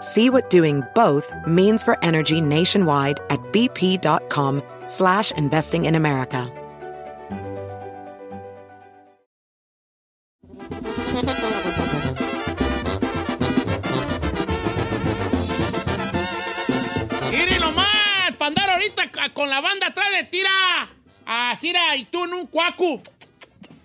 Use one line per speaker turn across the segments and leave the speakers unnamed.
See what doing both means for energy nationwide at bp.com slash investing in America.
lo más! Para andar ahorita ca- con la banda atrás de tira. A Cira y tú en un cuacu.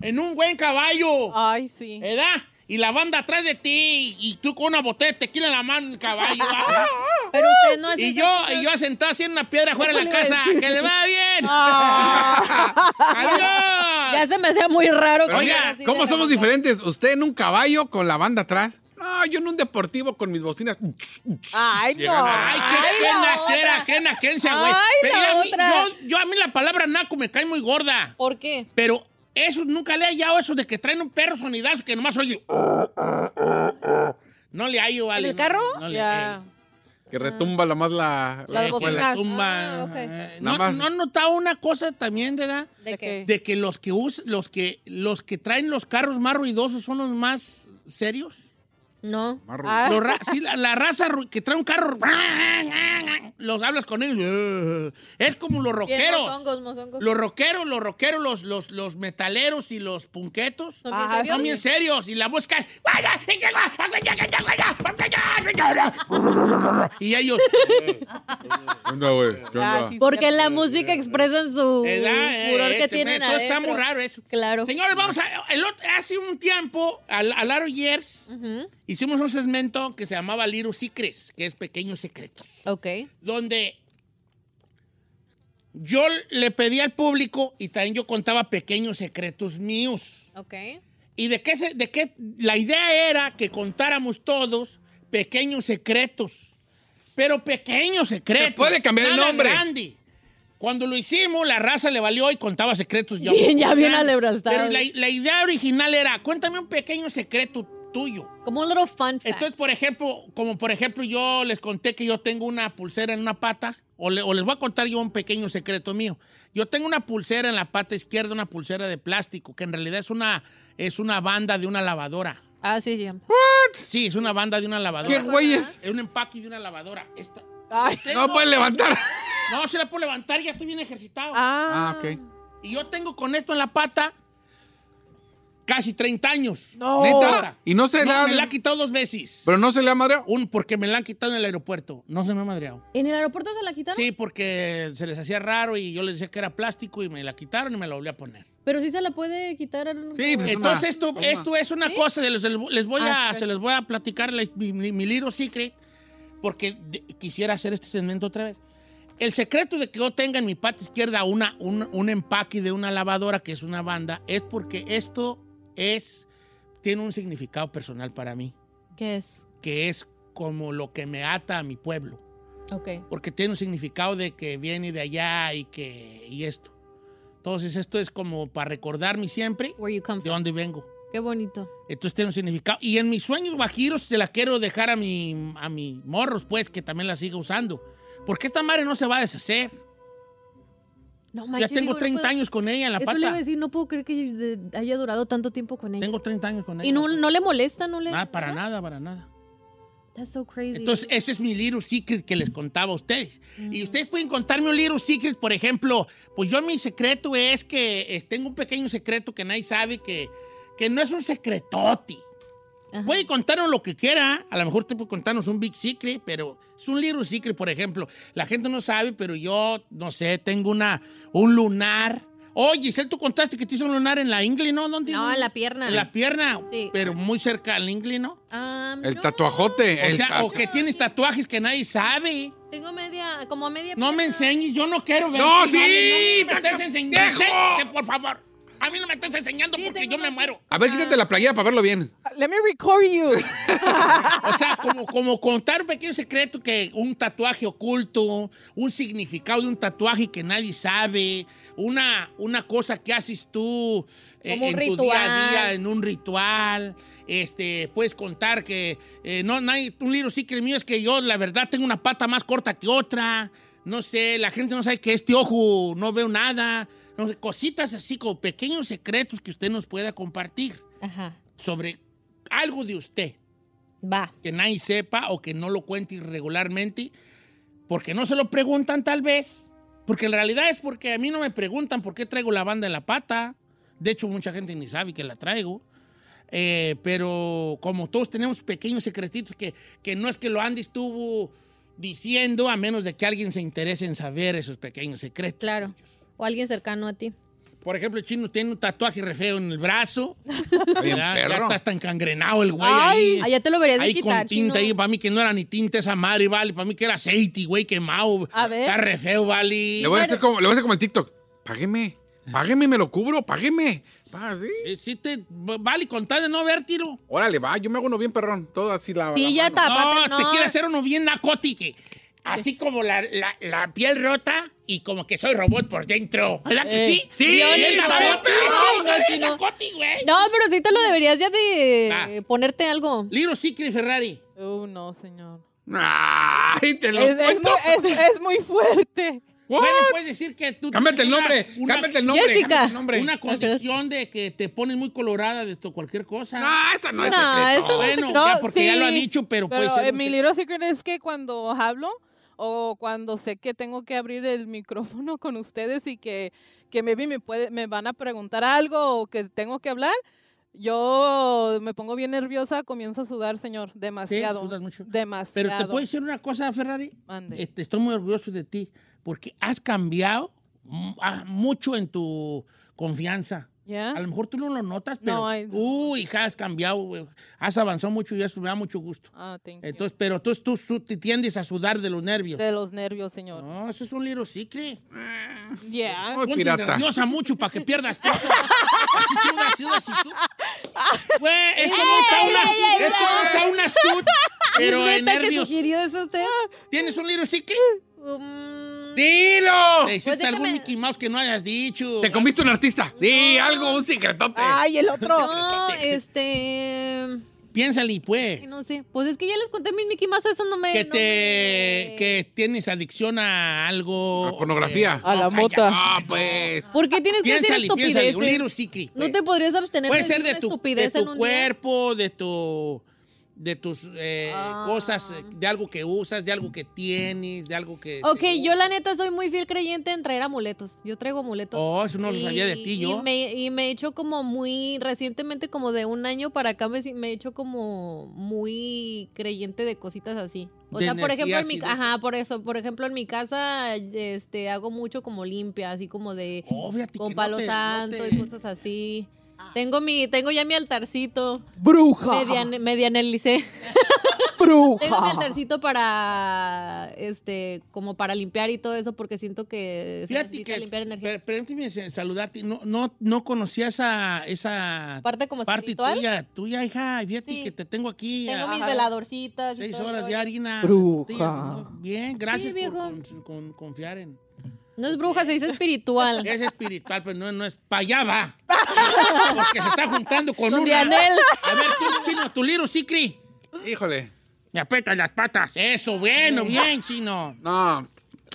En un buen caballo.
Ay, sí.
¿Edad? Y la banda atrás de ti. Y tú con una botella de tequila en la mano, caballo. Ah.
Pero usted no es.
y
esa
yo,
persona.
y yo sentado haciendo una piedra fuera de la casa. ¡Que le va bien!
Ya
¡Adiós!
se me hacía muy raro. que
Oiga,
fuera así
¿Cómo
de
somos
la boca.
diferentes? ¿Usted en un caballo con la banda atrás? No, yo en un deportivo con mis bocinas.
Ay,
Llegan
no.
Ay,
Ay,
qué
la
naquera,
otra.
qué naquencia, güey.
Ay,
Pero
la
mira, a mí-
otra.
yo- yo a mí la palabra naco me cae muy gorda.
¿Por qué?
Pero eso nunca le he hallado eso de que traen un perro sonidazo que nomás oye. No le hallo, vale.
el carro?
No, no le
Ya.
hallo.
Que retumba la más la...
Las
la-
Eh, que la
bocinas.
tumba.
Ah, ok.
Eh,
Nada
¿No,
más.
¿No han notado una cosa también, verdad?
¿De qué?
De que los que, us- los que los que traen los carros más ruidosos son los más serios.
No.
Marro.
Ah.
Los ra- sí, la, la raza ru- que trae un carro, los hablas con ellos. eh, Es como los rockeros.
Mozongos, mozongos.
Los rockeros, los rockeros, los, los, los metaleros y los punquetos.
¿Son bien
Ajá,
serios?
Son bien serios y la música es... Y ellos...
¿Qué onda, güey? ¿Qué
Ah,
Ya,
onda?
sí,
Porque
sí.
en la música expresan su
eh, eh,
furor
eh,
que
este,
tienen
todo está
adentro.
muy raro eso.
Claro.
Señores, vamos a... el otro- hace un tiempo, al, al Aro Years,
Ujú.
hicimos un segmento que se llamaba Little Secrets, que es Pequeños Secretos.
Ok.
donde yo le pedí al público y también yo contaba pequeños secretos míos.
Ok.
¿Y de qué, se- de qué? La idea era que contáramos todos pequeños secretos. Pero pequeños secretos.
Se puede cambiar el
nada
nombre.
grande. Cuando lo hicimos, la raza le valió y contaba secretos. ya
Bien, ya bien
grandes.
alebrastado.
Pero la, la idea original era, cuéntame un pequeño secreto tuyo.
Como un little fun fact.
Entonces, por ejemplo, como por ejemplo yo les conté que yo tengo una pulsera en una pata, o, le- o les voy a contar yo un pequeño secreto mío. Yo tengo una pulsera en la pata izquierda, una pulsera de plástico, que en realidad es una, es una banda de una lavadora.
ah, sí, ya.
Sí, es una banda de una
¿Qué
lavadora.
güeyes?
Es un empaque de una lavadora. Esta.
Ay.
Tengo-
No pueden levantar.
No, se la puedo levantar, ya estoy bien ejercitado.
Ah,
Ah, ok.
Y yo tengo con esto en la pata casi 30 años.
No.
¿Neta? Ah, ¿Y no se
No,
la...
me la ha quitado dos veces.
¿Pero no se le ha madreado?
Un, porque me la han quitado en el aeropuerto. No se me ha madreado.
¿En el aeropuerto se la quitaron?
Sí, porque se les hacía raro y yo les decía que era plástico y me la quitaron y me la volví a poner. Pero
Pero sí se la puede quitar. a un-
Sí, pues es
Entonces
una-
esto,
es una-
esto es una cosa, de los- les voy
Ah,
a,
sí.
se les voy a platicar la- mi, mi- mi little secret porque de- quisiera hacer este segmento otra vez. El secreto de que yo tenga en mi pata izquierda una, un, un empaque de una lavadora que es una banda es porque esto es, tiene un significado personal para mí,
¿Qué es?
que es como lo que me ata a mi pueblo.
Ok.
porque tiene un significado de que viene de allá y que y esto. Entonces esto es como para recordarme siempre
Where you come
de
from.
dónde vengo.
Qué bonito.
Entonces tiene un significado. Y en mis sueños bajiros se la quiero dejar a mi, a mi morros, pues, que también la siga usando. Porque esta madre no se va a deshacer.
No,
ya
manches,
tengo
digo, no
30
puedo-
años con ella en la
Eso le iba a
pata.
decir, no puedo creer que de- haya durado tanto tiempo con ella.
Tengo 30 años con ella.
Y no, no le molesta, no le...
Nada, para nada, para nada.
That's so crazy.
Entonces, ese es mi little secret que les contaba a ustedes. Y
Mm.
ustedes pueden contarme un little secret, por ejemplo, pues yo mi secreto es que eh, tengo un pequeño secreto que nadie sabe, que, que no es un secretote.
Ajá.
Puede contarnos lo que quiera, a lo mejor te puede contarnos un big secret, pero es un little secret, por ejemplo. La gente no sabe, pero yo, no sé, tengo una, un lunar Oye, Giselle, tú contaste que te hizo un lunar en la ingle, ¿no? ¿Dónde?
No, en Ah, la pierna.
En la pierna,
Sí.
pero muy cerca al ingle, ¿no?
Ah,
El
no,
tatuajote.
O
el
sea,
tatu-
o que tienes tatuajes que nadie sabe.
Tengo media, como media
No me
pierna.
enseñes, yo no quiero ver.
No, sí,
no me
te
estés enseñando.
pendejo.
Te- Por favor, a mí no me estás enseñando
Sí,
porque
tengo
yo me
una-
muero.
A ver, quítate la playera para verlo bien.
Let me record you.
O sea, como, como contar un pequeño secreto que un tatuaje oculto, un significado de un tatuaje que nadie sabe, una, una cosa que haces tú eh,
Como un
en tu día a día,
ritual.
en un ritual. Este, puedes contar que eh, no, nadie, un libro secret mío es que yo, la verdad, tengo una pata más corta que otra. No sé, la gente no sabe que este ojo no veo nada. No sé, cositas así como pequeños secretos que usted nos pueda compartir
Ajá.
sobre algo de usted
Va.
que nadie sepa o que no lo cuente irregularmente, porque no se lo preguntan tal vez, porque en realidad es porque a mí no me preguntan por qué traigo la banda en la pata, de hecho mucha gente ni sabe que la traigo, Eh, pero como todos tenemos pequeños secretitos que, que no es que lo Andy estuvo diciendo, a menos de que alguien se interese en saber esos pequeños secretos.
Claro. O alguien cercano a ti.
Por ejemplo, el chino tiene un tatuaje re feo en el brazo,
Está bien,
ya, ya
perro.
está hasta encangrenado el güey ahí.
Allá Ah, te lo verías de
Ahí
quitar.
con tinta
chino.
ahí, para mí que no era ni tinta esa madre, vale. Para mí que era aceite, güey, quemado.
A ver.
Está re feo, vale.
Le voy, a hacer como, le voy a hacer como el TikTok. Págueme. Págueme, me lo cubro. Págueme. Pa, sí.
Eh, sí te- vale, con tal de no vértilo.
Órale, va. Yo me hago uno bien perrón. Todo así la.
Sí,
la
ya
mano.
está.
No,
Aparte, no.
te quiere hacer uno bien nacotique. Así como la, la- la piel rota y como que soy robot por dentro. ¿Verdad
Eh,
que sí? Sí,
Dios,
bien
no,
nacote,
no,
güey,
no,
bien
no.
nacote, güey.
No, pero sí te lo deberías ya de
Ah.
ponerte algo.
Little Secret Ferrari.
Oh, no, señor.
Ay, te lo
Es, es
cuento.
muy, es- es muy fuerte.
What?
Bueno, puedes decir que tú...
Cámbiate el
tienes
nombre.
una-
Cámbiate el nombre.
Jessica.
cámbiate el nombre.
Una condición de que te pones muy colorada de tu- cualquier cosa.
No, esa no es
No,
secreto.
eso no
Bueno,
No,
ya porque ya lo ha
sí,
dicho, pero, puede
Pero
ser.
eh, mi little secret es que cuando hablo o cuando sé que tengo que abrir el micrófono con ustedes y que, que maybe me, puede, me van a preguntar algo o que tengo que hablar, yo me pongo bien nerviosa, comienzo a sudar, señor.
Sí,
Demasiado.
sudas mucho.
Demasiado.
Pero te puedo decir una cosa, Ferrari.
Mande.
Este, estoy muy orgulloso de ti porque has cambiado mu- ah, mucho en tu confianza.
¿Ya?
A lo mejor tú no lo notas, pero
¿Ah? No, I-
uy, hija, has cambiado, güey. has avanzado mucho y eso me da mucho gusto.
Ah, thank you.
Entonces, pero tú, tú su- te tiendes a sudar de los nervios.
Eh,
De los nervios, señor.
No, eso es un little secret.
Yeah.
Muy
Ponte
pirata.
nerviosa mucho para que pierdas peso. así suda, así suda, así suda. Güey, es como un sauna, es como un sauna sud, pero
¿Es
de
neta que
nervios. Ah,
sugirió eso usted?
¿Tienes un little secret?
Um,
¡Dilo!
¿Te hiciste
Pues déjame-
algún Mickey Mouse que no hayas dicho?
Te comiste un artista. Di algo, un secretote.
Ay, el otro.
no, este...
Piénsale, pues.
ay, No sé. Pues es que ya les conté mis Mickey Mouse, eso no me...
Que
no
te...
me-
Que tienes adicción a algo...
A la pornografía.
o que-
A la
No,
mota.
calla.
Ah, pues.
¿Por qué tienes que hacer
Piénsale, piénsale.
estupideces?
Un little secret.
No
pues.
te podrías abstener
Puede
de
ser de
decir una
tu, de
estupidez en
tu
un día?
cuerpo, de tu... De tus eh,
Ah.
cosas, eh, de algo que usas, de algo que tienes, de algo que...
Ok, yo la neta soy muy fiel creyente en traer amuletos. Yo traigo amuletos.
Oh, eso no lo sabía de ti,
Y-
yo.
Y me, y me he hecho como muy, recientemente, como de un año para acá, me, me he hecho como muy creyente de cositas así. O
De
sea, por ejemplo, en mi,
energías y de
ajá, por eso, por ejemplo, en mi casa, este, hago mucho como limpia, así como de,
Oh, fíjate
con
que no
palo
te- no
santo
te-
y cosas así. Tengo mi, tengo ya mi altarcito,
Bruja.
median, medianalicé. Tengo mi
Bruja.
altarcito para, este, como para limpiar y todo eso, porque siento que se
Fíjate
necesita
que,
limpiar energía.
per- permíteme se- saludarte. No, no, no conocía esa, esa
Parte como
parte
espiritual.
tuya, tuya, hija. Y Fíjate
Sí.
que te tengo aquí
Tengo
a
mis
Ajá.
veladorcitas. y
seis
todo el
horas
rollo.
de harina.
Bruja.
tortillas, ¿no? Bien, gracias por
viejo.
con- con- confiar en.
No es bruja, se dice espiritual.
Es espiritual, pero no, no es para allá va. Porque se está juntando con,
Con
una.
Dianel.
A ver, tú, chino, tu little secret.
Híjole.
Me aprietas las patas. Eso, bueno, bien, chino.
No.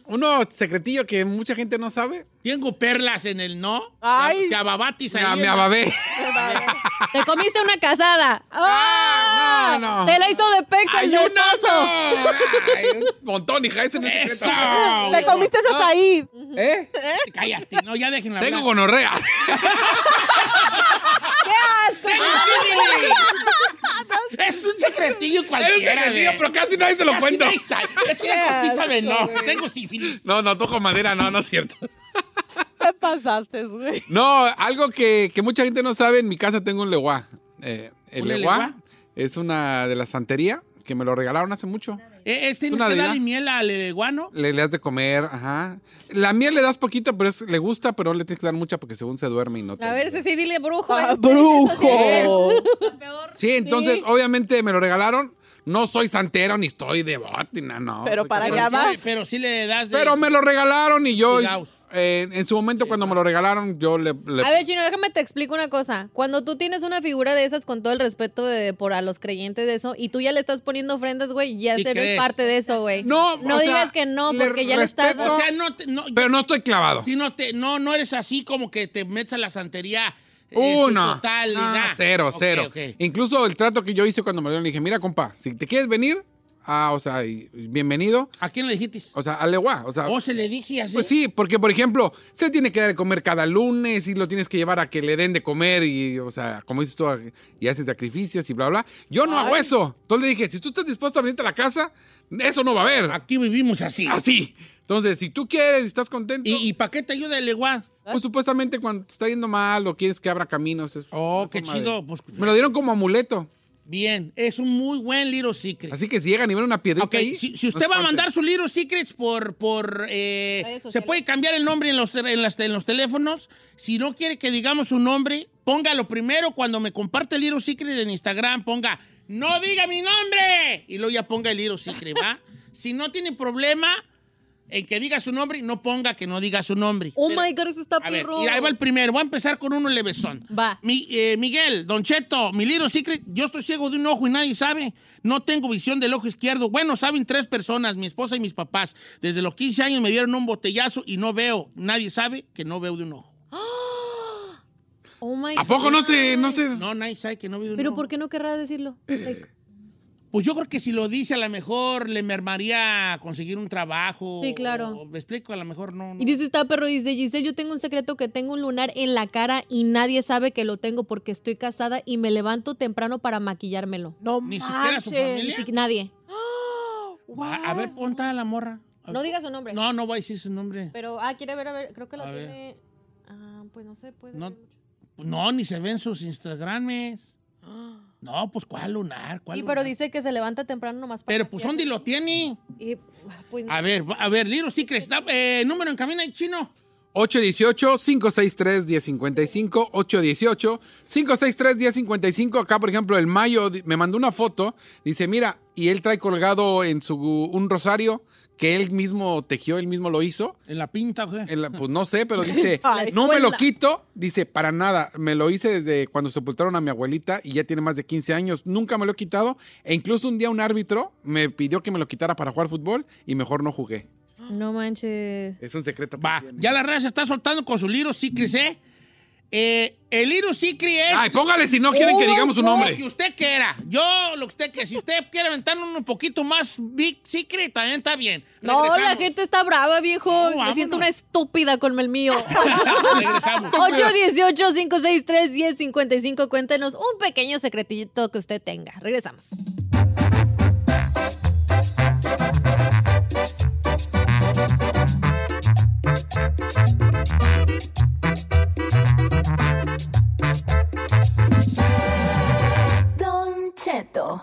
Uno secretillo que mucha gente no sabe.
Tengo perlas en el no.
Ay.
Te ababatis ahí.
Ya
en
me
la-
ababé.
Te comiste una casada.
Ah,
¡Ah!
no, no.
Te la hizo de pexa
¡Ay,
el
un
esposo.
oso! Ay, un montón, hija. Ese no es
¡Eso!
secreto.
Te comiste a
Ah.
Said.
¿Eh?
Cállate, no, ya déjenla
Tengo
hablar.
gonorrea.
¡Tengo sífilis! Es un secretillo
Era un
cualquiera,
secretillo,
güey.
pero casi nadie se lo
Casi
cuenta.
nadie sabe. Es una
Qué
cosita de
asco,
no.
güey.
Eh, Tengo sífilis.
No, no, toco madera. No, no es cierto.
Te pasaste, güey.
No, algo que, que mucha gente no sabe, en mi casa tengo un leguá. Eh, el
¿Un
leguá
leguá?
es una de la santería que me lo regalaron hace mucho.
Eh, eh, tiene
Una
que
deidad.
darle miel al leguano.
Le, le das de comer, ajá. La miel le das poquita, pero es- le gusta, pero no le tienes que dar mucha porque según se duerme y no te...
A ver, Ceci, dile brujo.
Ah,
este, eso sí
brujo.
es lo peor.
Sí, entonces,
Sí.
obviamente me lo regalaron. No soy santero ni estoy de botina, no.
Pero
Soy
para
católico.
allá
sí
vas.
le- pero sí le das de-
Pero me lo regalaron y yo,
Ligaos.
eh, en su momento cuando me lo regalaron, yo le... le-
A ver, Chino, déjame te explico una cosa. Cuando tú tienes una figura de esas, con todo el respeto de, por a los creyentes de eso, y tú ya le estás poniendo ofrendas, güey, ya
¿Y
se eres
crees?
parte de eso, güey.
No,
No
o sea,
digas que no,
le
porque ya le estás...
respeto,
O sea, no, te- no,
Pero no estoy clavado.
si no, te, no, no eres así como que te metes a la santería. eh,
Uno.
Total, y
No,
nada.
cero,
Ok,
cero.
ok.
Incluso el trato que yo hice cuando me lo dieron, le dije, mira, compa, si te quieres venir, ah, o sea, y- y bienvenido,
¿A quién le dijiste?
o sea, al leguá, o sea...
¿O se le dice así?
Pues sí, porque por ejemplo, se tiene que dar de comer cada lunes y lo tienes que llevar a que le den de comer y, o sea, como dices tú, a- y hacen sacrificios y bla, bla. Yo no hago eso. Entonces le dije, si tú estás dispuesto a venirte a la casa, eso no va a haber.
Aquí vivimos así.
Así. Entonces, si tú quieres y estás contento,
¿Y, y para qué te ayuda el leguán?
pues supuestamente cuando te está yendo mal o quieres que abra caminos. es
Oh,
una
qué
forma de-
chido. Pues,
Me lo dieron como amuleto.
Bien, es un muy buen Little Secret.
Así que si llegan y ven una piedrita
Ok,
ahí,
si, si
no
usted
se
va a
espanten.
mandar su Little Secrets por... por eh,
Redes
se
sociales.
puede cambiar el nombre en los, en, las- en los teléfonos. Si no quiere que digamos su nombre, póngalo primero cuando me comparte el Little Secret en Instagram. Ponga, no diga mi nombre. Y luego ya ponga el Little Secret, ¿va? si no tiene problema en que diga su nombre, no ponga que no diga su nombre.
Oh,
Pero-
my God, eso está
A ver,
perro.
y ahí va el primero. Voy a empezar con uno levesón.
Va.
Mi- eh, Miguel, Don Cheto, mi Little Secret, yo estoy ciego de un ojo y nadie sabe. No tengo visión del ojo izquierdo. Bueno, saben tres personas, mi esposa y mis papás. Desde los 15 años me dieron un botellazo y no veo. Nadie sabe que no veo de un ojo.
Oh, my
¿A poco no
God.
se, no se
No, nadie sabe que no veo de un
Pero
ojo.
¿por qué no querrá decirlo? Like,
Pues yo creo que si lo dice, a lo mejor le mermaría conseguir un trabajo.
Sí, claro.
O- me explico, a lo mejor no. no.
Y dice está perro, dice Giselle, yo tengo un secreto que tengo un lunar en la cara y nadie sabe que lo tengo porque estoy casada y me levanto temprano para maquillármelo.
No
Ni siquiera su
manches.
familia.
Y Nadie.
A, a ver, ponte a la morra. A-
No diga su nombre.
No, no voy a decir su nombre.
Pero, ah, quiere ver, a ver, creo que lo
A ver.
tiene. Ah, pues no sé, puede.
No.
ver mucho.
Pues No, ni se ven sus Instagrames. No, pues cuál lunar, cuál
Sí, pero
lunar?
dice que se levanta temprano nomás para.
Pero Ah. pues ¿dónde lo tiene?
Y, pues,
A ver, a ver, Little Secret, está, eh, número en camino ahí, chino.
818-563-1055, 818-563-1055. Acá, por ejemplo, el Mayo di- me mandó una foto. Dice, mira, y él trae colgado en su un rosario que él mismo tejió, él mismo lo hizo.
En la pinta, güey.
En la- pues no sé, pero dice,
Ay,
no me lo
escuela.
quito. Dice, para nada, me lo hice desde cuando sepultaron a mi abuelita y ya tiene más de 15 años. Nunca me lo he quitado. E incluso un día un árbitro me pidió que me lo quitara para jugar fútbol y mejor no jugué.
No manches.
Es un secreto. que
Va,
tiene.
ya la raza se está soltando con su Little Secret, ¿eh? Eh, el Little Secret es...
Ay, póngale si no quieren que digamos su nombre.
Lo que usted quiera. Yo, lo que usted quiera. Si usted quiere aventar un poquito más Big Secret, también está bien.
No, la
Regresamos.
gente está brava, viejo.
No,
me siento
vámonos.
una estúpida con el mío.
Regresamos.
818-563-1055. Cuéntenos un pequeño secretito que usted tenga. Regresamos.
Don Cheto.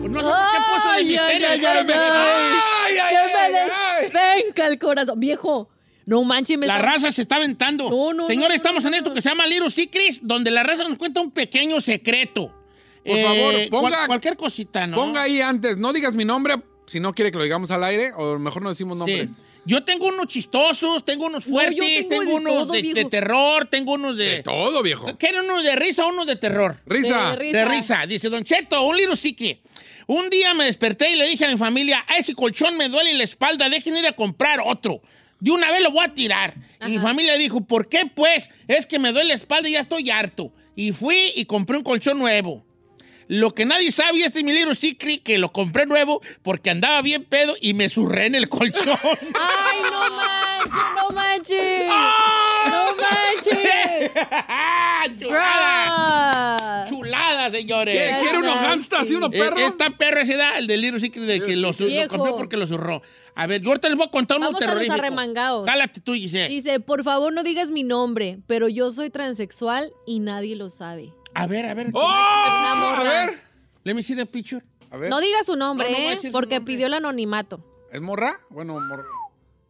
Pues No sé por qué puso de
Ay,
misterio.
ay,
pero
ay,
me dejó-
ay.
¡Ay, ay,
¡Que me
ay, ay!
despenca el corazón! Viejo, no manches, me
La
está-
raza se está aventando.
No, no,
Señores,
no,
estamos
no,
en
no,
esto
no.
que se llama Little Secrets, donde la raza nos cuenta un pequeño secreto. Eh,
Por favor, ponga-
cualquier cosita, ¿no?
Ponga ahí antes, no digas mi nombre si no quiere que lo digamos al aire, o mejor no decimos
Sí.
nombres.
Yo tengo unos chistosos, tengo unos
No, yo
fuertes,
tengo
tengo,
de
unos
todo,
de, de
viejo.
terror, tengo unos
De
de...
todo, viejo.
¿Quieren unos de risa o unos de terror?
Risa.
De risa.
De risa. Dice, Don Cheto, un Little Secret. Un día me desperté y le dije a mi familia, a ese colchón me duele la espalda, dejen ir a comprar otro. De una vez lo voy a tirar. Y mi
Ajá.
familia dijo, ¿por qué pues? Es que me duele la espalda y ya estoy harto. Y fui y compré un colchón nuevo. Lo que nadie sabe, y este es mi Little Secret, que lo compré nuevo porque andaba bien pedo y me surré en el colchón.
¡Ay, no manches, no manches! ¡No manches!
¡Chulada!
Bra.
¡Chulada, señores!
¿Qué? ¿Quiere unos hamsters y unos
Eh,
perros?
Esta perra es edad, el de Little Secret, de que lo, su- lo
Viejo.
compró porque lo zurró. A ver, yo ahorita les voy a contar uno
Vamos a los
terrorífico.
arremangados.
Cálate tú, Giselle.
Dice, por favor no digas mi nombre, pero yo soy transexual y nadie lo sabe.
A ver, a ver.
¡Oh! A
morra.
ver.
Let me see the picture.
A ver.
No digas su nombre,
No, no voy a
¿eh?
decir su
Porque
nombre.
pidió el anonimato.
¿Es morra? Bueno, morra.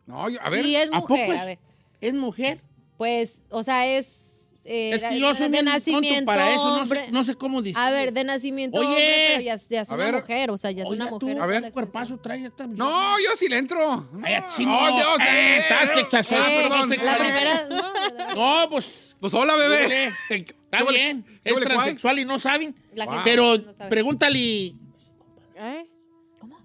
No, yo- a ver.
y es
¿a
mujer,
poco es?
a ver.
¿Es mujer?
Pues, o sea, es... eh,
es
era-
que yo
era
soy
de
bien tonto
nacimiento
para eso. No
hombre.
sé, no sé cómo dice.
A ver, de nacimiento
Oye.
hombre, pero ya, es- ya es
A
una
ver.
mujer, o sea, ya es una mujer.
a
a
ver.
ver.
¿Qué cuerpazo trae esta?
No, yo sí le entro. No.
Ay, sí,
Oh,
no.
Dios,
Eh,
eh,
estás
eh,
exagerado,
ah,
Eh,
perdón,
la
perdón.
primera... no, la-
No, pues...
Pues hola, bebé.
Dale.
¿Qué
Está
huele-
bien.
qué
Es
huele, cuál?
transexual y no saben.
la
Wow.
gente
Pero
no sabe.
pregúntale...
¿Eh?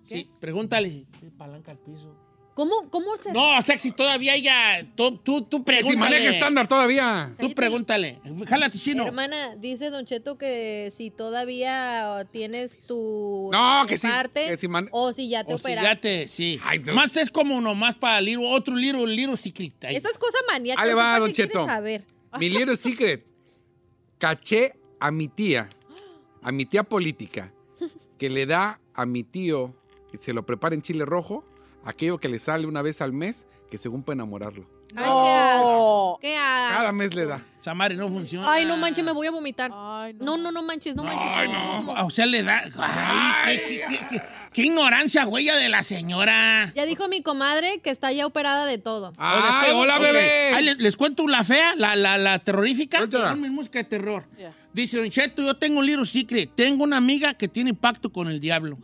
Sí, pregúntale. Palanca al piso.
¿Cómo, cómo se...?
No, o sea, que si todavía ella... Tú, tú, tú
Si
pregúntale.
maneja estándar todavía.
Tú pregúntale. Jálate, chino.
Hermana, dice Don Cheto que si todavía tienes tu
No,
tu
que sí,
parte
que sí man-
o si ya te
O si
operaste.
ya te- sí.
Ay, no.
Más es como uno más para Liro, otro Liro, Liro Secret. Ahí.
Esas cosas maníacas.
Ahí le va,
esas
Don
sí quieres
Cheto.
saber.
Mi little secret. Caché a mi tía, a mi tía política, que le da a mi tío, que se lo prepara en chile rojo, aquello que le sale una vez al mes, que según para enamorarlo.
Ay,
No.
¿Qué haces?
Cada mes le da.
Samari no funciona.
Ay, no manches, me voy a vomitar.
Ay, no.
No, no, no manches, no manches.
Ay, no. O sea, le da. Ay, qué, qué- qué- qué- qué ignorancia, huella de la señora.
Ya dijo mi comadre que está ya operada de todo.
Ahora,
¡Ay,
todo-
hola,
ok.
bebé!
Ay, les, les cuento la fea, la, la, la terrorífica.
Cuéntala.
Ponme música de terror.
Ya.
Dice, Don Cheto, yo tengo un little secret. Tengo una amiga que tiene pacto con el diablo.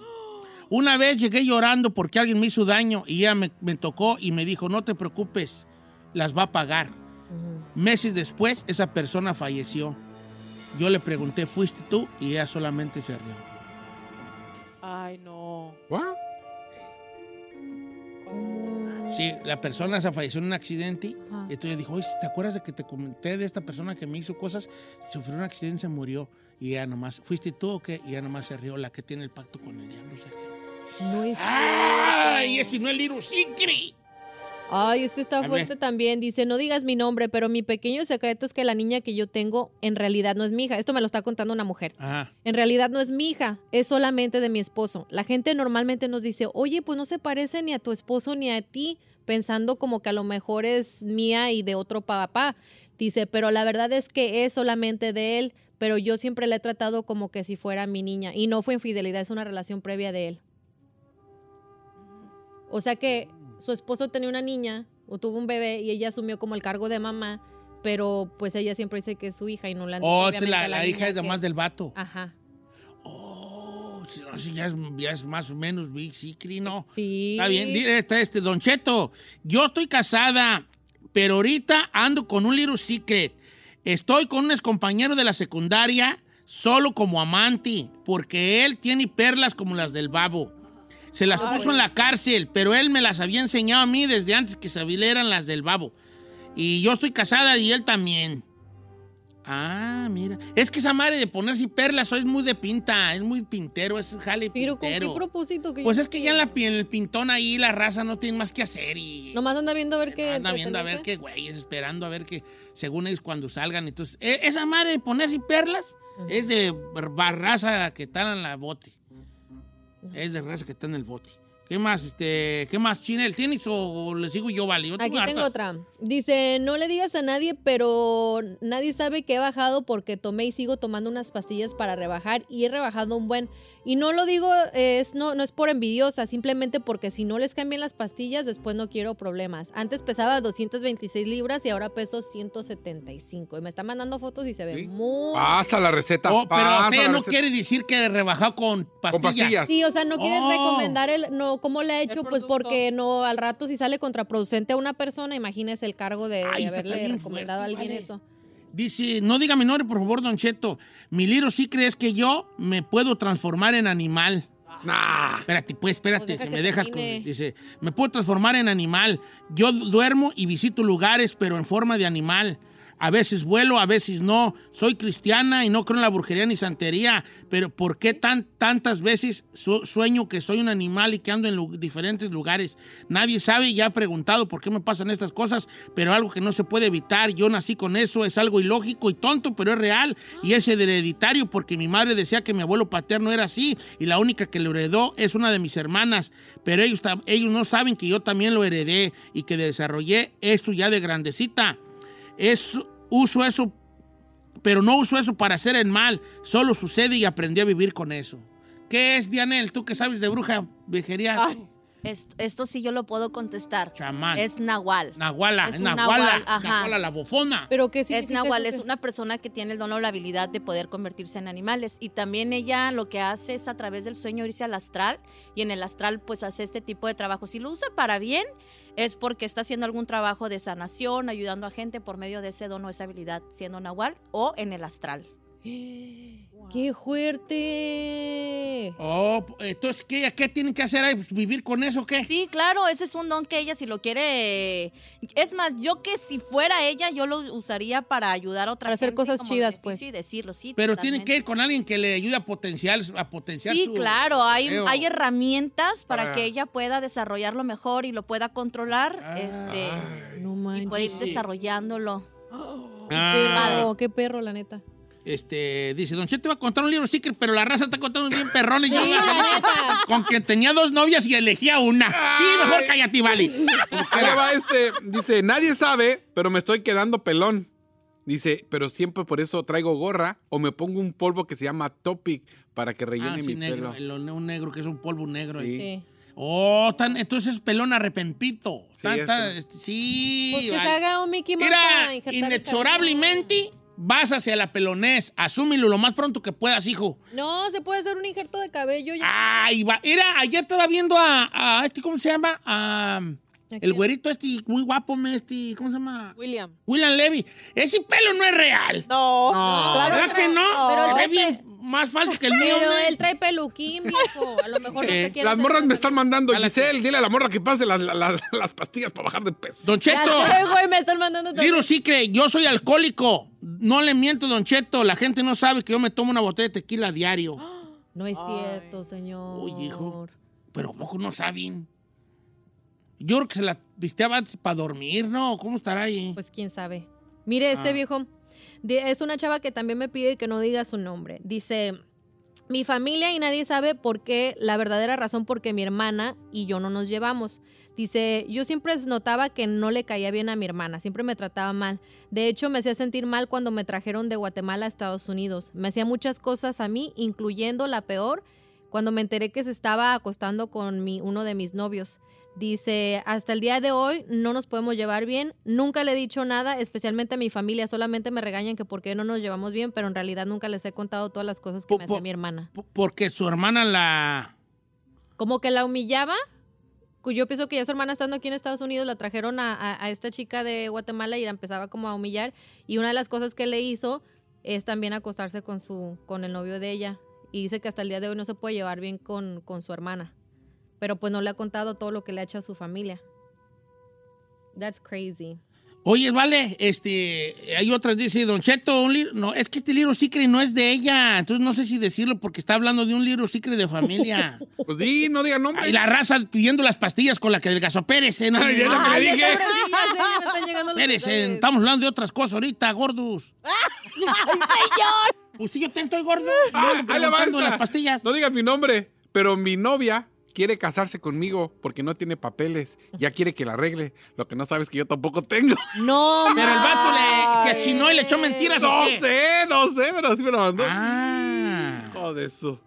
Una vez llegué llorando porque alguien me hizo daño y ella me, me tocó y me dijo, no te preocupes, las va a pagar. Meses después, esa persona falleció. Yo le pregunté, ¿fuiste tú? Y ella solamente se rió.
Ay, no.
¿What?
Sí, la persona se falleció en un accidente.
Ah.
Y entonces ella dijo, "Oye, ¿te acuerdas de que te comenté de esta persona que me hizo cosas? Sufrió un accidente, se murió. Y ella nomás, ¿fuiste tú o qué? Y ella nomás se rió, la que tiene el pacto con el diablo se rió.
No es.
¡Ay, ese no es Little Secret!
Ay, este
A
está
ver.
fuerte también. Dice, no digas mi nombre, pero mi pequeño secreto es que la niña que yo tengo en realidad no es mi hija. Esto me lo está contando una mujer.
Ah.
Ajá.
En realidad no es mi hija, es solamente de mi esposo. La gente normalmente nos dice, oye, pues no se parece ni a tu esposo ni a ti, pensando como que a lo mejor es mía y de otro papá. Dice, pero la verdad es que es solamente de él, pero yo siempre la he tratado como que si fuera mi niña. Y no fue infidelidad, es una relación previa de él. O sea que su esposo tenía una niña o tuvo un bebé y ella asumió como el cargo de mamá, pero pues ella siempre dice que es su hija y no la
Oh,
obviamente
la,
a
la hija
niña
es
que- Ah.
nomás del vato.
Ajá.
Oh, si no, si ya es, ya es más o menos Big Secret, ¿no?
Sí.
Está bien, mire, está este, Don Cheto, yo estoy casada, pero ahorita ando con un little secret. Estoy con un excompañero de la secundaria, solo como amante, porque él tiene perlas como las del babo. Se las puso en la cárcel, pero él me las había enseñado a mí desde antes que se habilieran las del babo. Y yo estoy casada y él también. Ah, mira. Es que esa madre de ponerse perlas hoy es muy de pinta, es muy pintero, es jale
Pero con qué
pintero.
propósito que
Pues
yo-
es que ya en,
Este.
la, pi- en el pintón ahí la raza no tiene más que hacer y...
nomás anda viendo a ver qué
Anda viendo a ver
entretenerse.
qué güeyes, esperando a ver que, según ellos, cuando salgan. Entonces, e- esa madre de ponerse perlas es de barraza que está en la bote. Es de raza que está en el bote. ¿Qué más, este, qué más, Chinel? ¿Tienes o le sigo yo, vale? Yo
Aquí
hartas.
tengo otra. Dice, no le digas a nadie, pero nadie sabe que he bajado porque tomé y sigo tomando unas pastillas para rebajar y he rebajado un buen. Y no lo digo, eh, es, no, no es por envidiosa, simplemente porque si no les cambian las pastillas, después no quiero problemas. Antes pesaba 226 libras y ahora peso 175. Y me está mandando fotos y se ve
Sí.
muy...
Pasa la receta.
Oh, pero o
pasa
sea,
la
no
receta.
quiere decir que rebajado con pastillas.
Con pastillas.
Sí, o sea, no quieren
Oh.
recomendar el, no, cómo le ha
El
hecho, pues
producto.
porque no, al rato si sale contraproducente a una persona, imagínese el cargo de, de
Ay, esto está
haberle
bien
recomendado a
fuerte,
alguien
vale.
eso.
Dice, no diga mi nombre, por favor, Don Cheto. Mi Liro, ¿sí crees que yo me puedo transformar en animal?
Nah.
Espérate, pues, espérate,
Pues deja
que
que
me dejas con...
termine.
Dice, me puedo transformar en animal. Yo duermo y visito lugares, pero en forma de animal. A veces vuelo, a veces no. Soy cristiana y no creo en la brujería ni santería. Pero ¿por qué tan, tantas veces su- sueño que soy un animal y que ando en lu- diferentes lugares? Nadie sabe y ha preguntado por qué me pasan estas cosas, pero algo que no se puede evitar. Yo nací con eso, es algo ilógico y tonto, pero es real. Y es hereditario porque mi madre decía que mi abuelo paterno era así y la única que lo heredó es una de mis hermanas. Pero ellos, ta- ellos no saben que yo también lo heredé y que desarrollé esto ya de grandecita. Es, uso eso, pero no uso eso para hacer el mal. Solo sucede y aprendí a vivir con eso. ¿Qué es, Dianel? ¿Tú que sabes de bruja, brujería?
Ay.
Esto, esto sí yo lo puedo contestar.
Chamán.
Es Nahual.
Nahuala,
es
es
un
Nahuala,
nahual, ajá.
Nahuala la bofona.
Pero que sí
es Nahual, es una persona que tiene el don o la habilidad de poder convertirse en animales. Y también ella lo que hace es a través del sueño irse al astral y en el astral pues hace este tipo de trabajo. Si lo usa para bien es porque está haciendo algún trabajo de sanación, ayudando a gente por medio de ese don o esa habilidad, siendo Nahual o en el astral.
¡Qué fuerte!
Oh, entonces, ¿qué, ¿qué tienen que hacer ahí? Pues, ¿Vivir con eso o qué?
Sí, claro, ese es un don que ella si lo quiere... Es más, yo que si fuera ella, yo lo usaría para ayudar a otra
Para hacer
gente,
cosas
como
chidas,
beneficio
pues.
y decirlo, sí.
Pero tienen
totalmente.
que ir con alguien que le ayude a potenciar, a potenciar
Sí,
su-
claro, hay,
deseo.
hay herramientas para,
Para-
que ella pueda desarrollarlo mejor y lo pueda controlar
Ah.
este,
No
y pueda ir
manches.
desarrollándolo.
Ah,
Perro, qué perro, la neta.
este, dice, Don Cheto va a contar un libro secret, pero la raza está contando bien perrones.
Sí,
Yo voy a salir
la neta.
con que tenía dos novias y elegía una. Sí, mejor cállate, vale.
Ahí le va
Ah,
este. Dice, nadie sabe, pero me estoy quedando pelón. Dice, pero siempre por eso traigo gorra o me pongo un polvo que se llama Topic para que
Ah,
rellene
sí,
mi
negro,
pelo.
el- un negro que es un polvo negro.
Sí.
Sí.
Oh, tan, entonces es pelón arrepentito.
Sí,
Tan-
es
tan-
pelón.
este, sí,
Pues que se
vale.
haga un Mickey Mouse.
Mira,
para injertar el
inexorablemente vas hacia la pelonés. Asúmelo lo más pronto que puedas, hijo.
cabello. No, se puede hacer un injerto de cabello. Ya.
Ay, va. Mira, ayer estaba viendo a, a este, ¿cómo se llama? A,
Aquí.
el güerito este, muy guapo, me, este, ¿cómo se llama?
William.
William Levy. Ese pelo no es real.
No.
No,
claro
¿verdad que no?
Pero
Pero es bien más falso que el mío.
Pero
me.
él trae peluquín, viejo. A lo mejor no
Eh,
se quiere
las
hacer
morras
eso.
me están mandando,
Cálate.
Giselle, dile a la morra que pase las, las- las pastillas para bajar de peso.
Pues, Don
Las
Cheto.
traigo y me están mandando también.
Liro Sicre, yo soy alcohólico. No le miento, Don Cheto. La gente no sabe que yo me tomo una botella de tequila a diario.
No es
Ay.
cierto, señor.
Uy, hijo. Pero ¿a poco no saben. Yo creo que se la visteaba antes para dormir, ¿no? ¿Cómo estará ahí?
Pues quién sabe. Mire, este
Ah.
viejo di- es una chava que también me pide que no diga su nombre. Dice, mi familia y nadie sabe por qué, la verdadera razón por qué mi hermana y yo no nos llevamos. Dice, yo siempre notaba que no le caía bien a mi hermana, siempre me trataba mal. De hecho, me hacía sentir mal cuando me trajeron de Guatemala a Estados Unidos. Me hacía muchas cosas a mí, incluyendo la peor, cuando me enteré que se estaba acostando con mi, uno de mis novios. Dice, hasta el día de hoy no nos podemos llevar bien, nunca le he dicho nada, especialmente a mi familia, solamente me regañan que por qué no nos llevamos bien, pero en realidad nunca les he contado todas las cosas que
Po-
me
po-
hacía mi hermana.
P- Porque su hermana la...
Como que la humillaba, cu- yo pienso que ya su hermana estando aquí en Estados Unidos la trajeron a, a- a esta chica de Guatemala y la empezaba como a humillar, y una de las cosas que le hizo es también acostarse con, su, con el novio de ella, y dice que hasta el día de hoy no se puede llevar bien con, con su hermana, pero pues no le ha contado todo lo que le ha hecho a su familia. That's crazy.
Oye, vale, este, hay otras, dice Don Cheto, un libro, no, es que este libro secret no es de ella, entonces no sé si decirlo porque está hablando de un libro secret de familia.
Pues di, no diga nombre.
y la raza pidiendo las pastillas con la que Delgazo Pérez, ¿eh? No,
Ay, ya
no,
lo que le dije.
Pérez, eh, estamos hablando de otras cosas ahorita, gordos. ¡Ay, señor! Pues sí, yo te estoy gordo.
Ah,
Yo le
ahí le va
preguntando
esta.
las pastillas.
No digas mi nombre, pero mi novia quiere casarse conmigo porque no tiene papeles. Ya quiere que la arregle. Lo que no sabes que yo tampoco tengo.
No,
Pero el vato le, se
Ay.
achinó y le echó mentiras. ¿o
No
qué?
sé, no sé, pero sí me lo mandó.
Ah.
Hijo de su.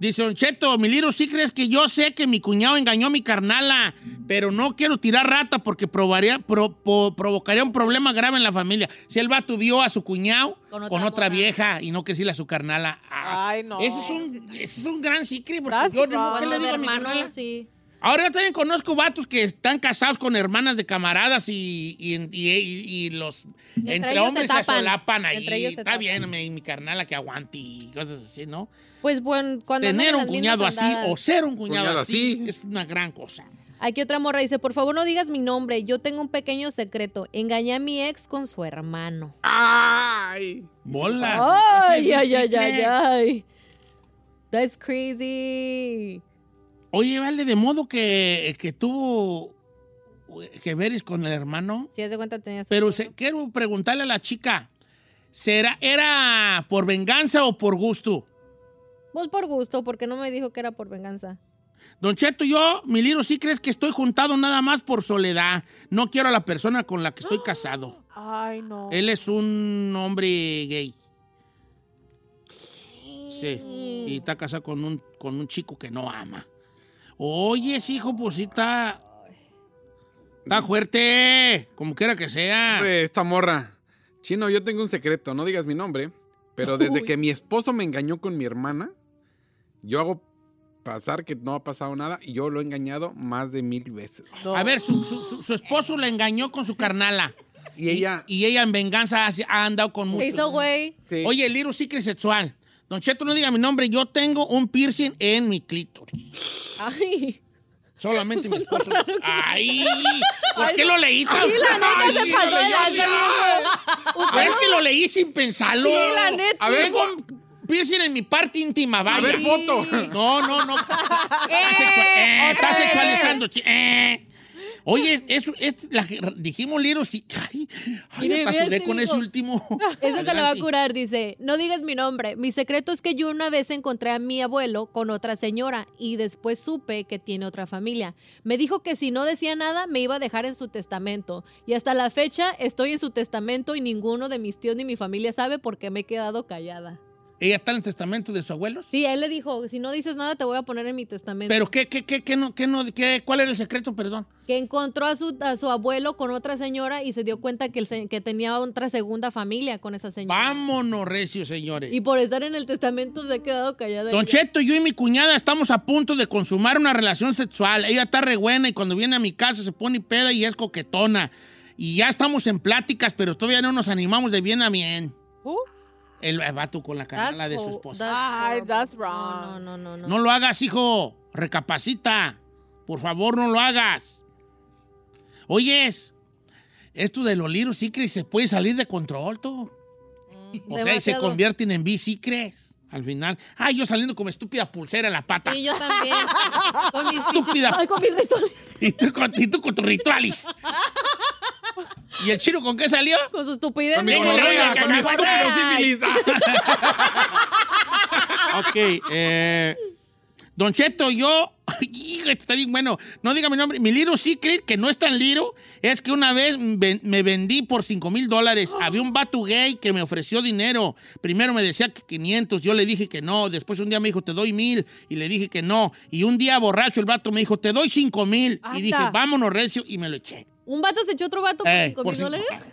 Dice Don Cheto, mi Little Secret es que yo sé que mi cuñado engañó a mi carnala, pero no quiero tirar rata porque probaría- pro- po- provocaría un problema grave en la familia. Si el vato vio a su cuñado con
Con
otra,
otra morra.
vieja y no que decirle a su carnala. Ah,
Ay, no. Ah,
Eso es un, ese es un gran secret porque
That's
yo ni-
wrong.
¿qué le digo a mi
hermano,
carnala?
sí.
Ahora yo también conozco vatos que están casados con hermanas de camaradas y, y, y- y- y los entre,
Entre ellos se
hombres se,
tapan.
solapan ahí.
Entre ellos se
Está
tapan.
bien, mi, mi carnala que aguante y cosas así, ¿no?
Pues bueno, cuando andan
Tener
en
un
las
cuñado
mismas
así
andadas.
o ser un cuñado,
Cuñado
así,
así.
es una gran cosa.
Aquí otra morra dice, por favor no digas mi nombre, yo tengo un pequeño secreto. Engañé a mi ex con su hermano.
Ay.
Mola.
Ay,
Ese es
ay,
un
ay, ay,
secret.
ay. That's crazy.
Oye, vale, de modo que, que tú que veres con el hermano.
Si haz de cuenta tenías...
Pero se- quiero preguntarle a la chica, ¿será, ¿era por venganza o por gusto?
Vos pues por gusto, porque no me dijo que era por venganza.
Don Cheto, yo, mi libro sí crees que estoy juntado nada más por soledad. No quiero a la persona con la que estoy casado.
Ay, no.
Él es un hombre gay. Sí. Y está casado con un, con un chico que no ama. Oye, hijo, pues sí está. Está fuerte. Como quiera que sea.
Hombre, esta morra. Chino, yo tengo un secreto, no digas mi nombre, pero desde que mi esposo me engañó con mi hermana, yo hago pasar que no ha pasado nada y yo lo he engañado más de mil veces.
No.
A ver, su, su- su- su esposo la engañó con su carnala.
Y ella...
Y ella en venganza ha, ha andado con muchos.
Se hizo güey.
sí.
Oye, el libro secret sexual. Don Cheto, no diga mi nombre. Yo tengo un piercing en mi clítoris.
Ay.
Solamente mi esposo. ¡Ay! ¿Por qué lo leí tan Ay,
se pasó de lanza.
Pero es que lo leí sin pensarlo.
Sí, la neta.
A ver, tengo un piercing en mi parte íntima,
a
vaya.
ver, foto.
No, no, no. Está sexua- eh, está sexualizando. chi- eh. Oye, eso, es la que- dijimos Liro, sí. Ay, ay
Mire,
hasta
vea
sudé
este
con
hijo.
ese último.
Esa se la va a
Adelante.
curar, dice. No digas mi nombre. Mi secreto es que yo una vez encontré a mi abuelo con otra señora y después supe que tiene otra familia. Me dijo que si no decía nada me iba a dejar en su testamento. Y hasta la fecha estoy en su testamento y ninguno de mis tíos ni mi familia sabe por qué me he quedado callada.
Ella está en el testamento de sus abuelos.
Sí, él le dijo, si no dices nada te voy a poner en mi testamento.
Pero qué, qué, qué, qué, no, qué, no, qué, ¿cuál era el secreto, perdón?
que encontró a su, a su abuelo con otra señora y se dio cuenta que, el se- que tenía otra segunda familia con esa señora.
Vámonos, recio, señores.
Y por estar en el testamento se ha quedado callada.
Don
ella.
Cheto, yo y mi cuñada estamos a punto de consumar una relación sexual. Ella está re buena y cuando viene a mi casa se pone peda y es coquetona. Y ya estamos en pláticas, pero todavía no nos animamos de bien a bien.
Uh,
El vato con la canala de su
That's
esposa.
Ay,
horrible.
that's
No,
wrong.
no, no, no.
No lo hagas, hijo. Recapacita. Por favor, no lo hagas. Oyes, esto de los liros secrets se puede salir de control, tú. O sea, y se
Demasiado.
convierten en bicicres al final. Ay, yo saliendo con mi estúpida pulsera en la pata.
Sí, yo también. con mis pinches-
Estúpida.
Ay, con mis rituales.
Y tú, con, y tú con tus rituales. ¿Y el chino con qué salió?
Con su estupidez.
Con mi
de-
gonorrea,
Ay,
con mi estúpido
ay.
sífilis. Ah.
Ok, eh, Don Cheto, yo. Hijo, esto está bien bueno. No diga mi nombre. Mi Liro Secret, que no es tan Liro, es que una vez ven- me vendí por 5 mil dólares. Había un vato gay que me ofreció dinero. Primero me decía que 500, yo le dije que no. Después un día me dijo, te doy mil, y le dije que no. Y un día borracho el vato me dijo, te doy 5 mil. Y
Anda.
dije, vámonos, recio, y me lo eché.
Un vato se echó otro vato por
Eh,
cinco
por
mil
cinco.
dólares.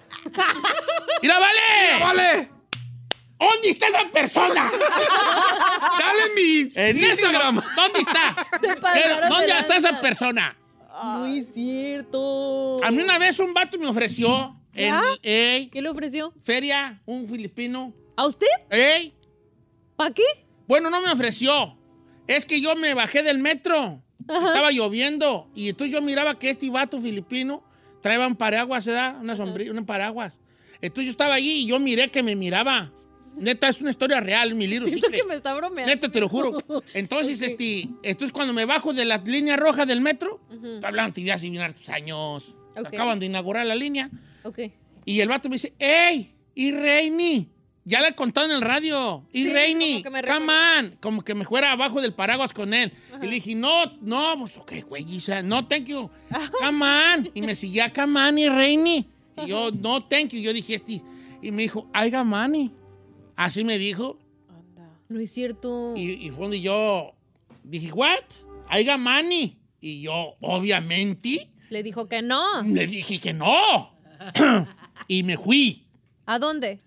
¡Mira, vale!
Vale,
¿Dónde está esa persona?
dale mi
En Instagram. ¿Dónde está?
Se pasaron
Pero,
de
¿Dónde está esa
lanza.
persona?
No es cierto.
A mí una vez un vato me ofreció en ey,
¿Qué le ofreció?
feria, un filipino.
¿A usted?
ey.
¿Para qué?
Bueno, no me ofreció. Es que yo me bajé del metro. Estaba lloviendo. Y entonces yo miraba que este vato filipino traía un paraguas, ¿verdad? Una sombrilla, un paraguas. Entonces yo estaba allí y yo miré que me miraba. Neta, es una historia real, mi libro.
Siento que me está bromeando.
Neta, te lo juro. Entonces,
Ok.
este, entonces cuando me bajo de la línea roja del metro,
Ujú.
estoy hablando de hace bien hartos años.
Ok.
Acaban de inaugurar la línea.
Ok.
Y el vato me dice, ¡Ey! ¡Y Reini! Ya le he contado en el radio. ¡Y
Sí,
Reini!
como que me
¡Come on! Como que me fuera abajo del paraguas con él. Y le dije, no, no, pues, ok, güey, Isa, no, thank you. ¡Come on! Y me seguía, ¡Come on, y Reini! Y yo, no, thank you. Yo dije, este. Y me dijo, ¡Ay, money! Así me dijo.
Anda.
No es cierto.
Y, y fue donde yo dije, ¿what? ¡Ay, money! Y yo, obviamente,
Le dijo que no.
le dije que no. y me fui.
¿A dónde?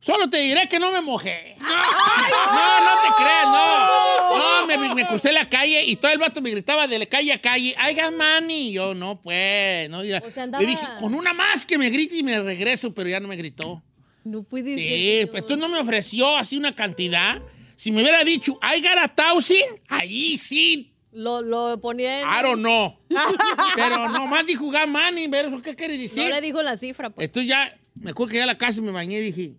Solo te diré que no me mojé. No, no, no te creas, no. No, me, me crucé la calle y todo el vato me gritaba de la calle a calle, ¡Ay, Gamani! Y yo, no, pues, no. mira.
O sea, andaba-
Le dije, con una más que me grite y me regreso, pero ya no me gritó.
No puede
Sí,
ser.
pues tú no me ofreció así una cantidad. Si me hubiera dicho, ¡Ay, got a thousand", Ahí sí,
Lo, lo ponía en...
I don't know. Pero nomás dijo Gamani, pero eso qué quiere
No
decir.
le dijo la cifra, pues.
Entonces ya, me acuerdo que llegué a la casa y me bañé y dije,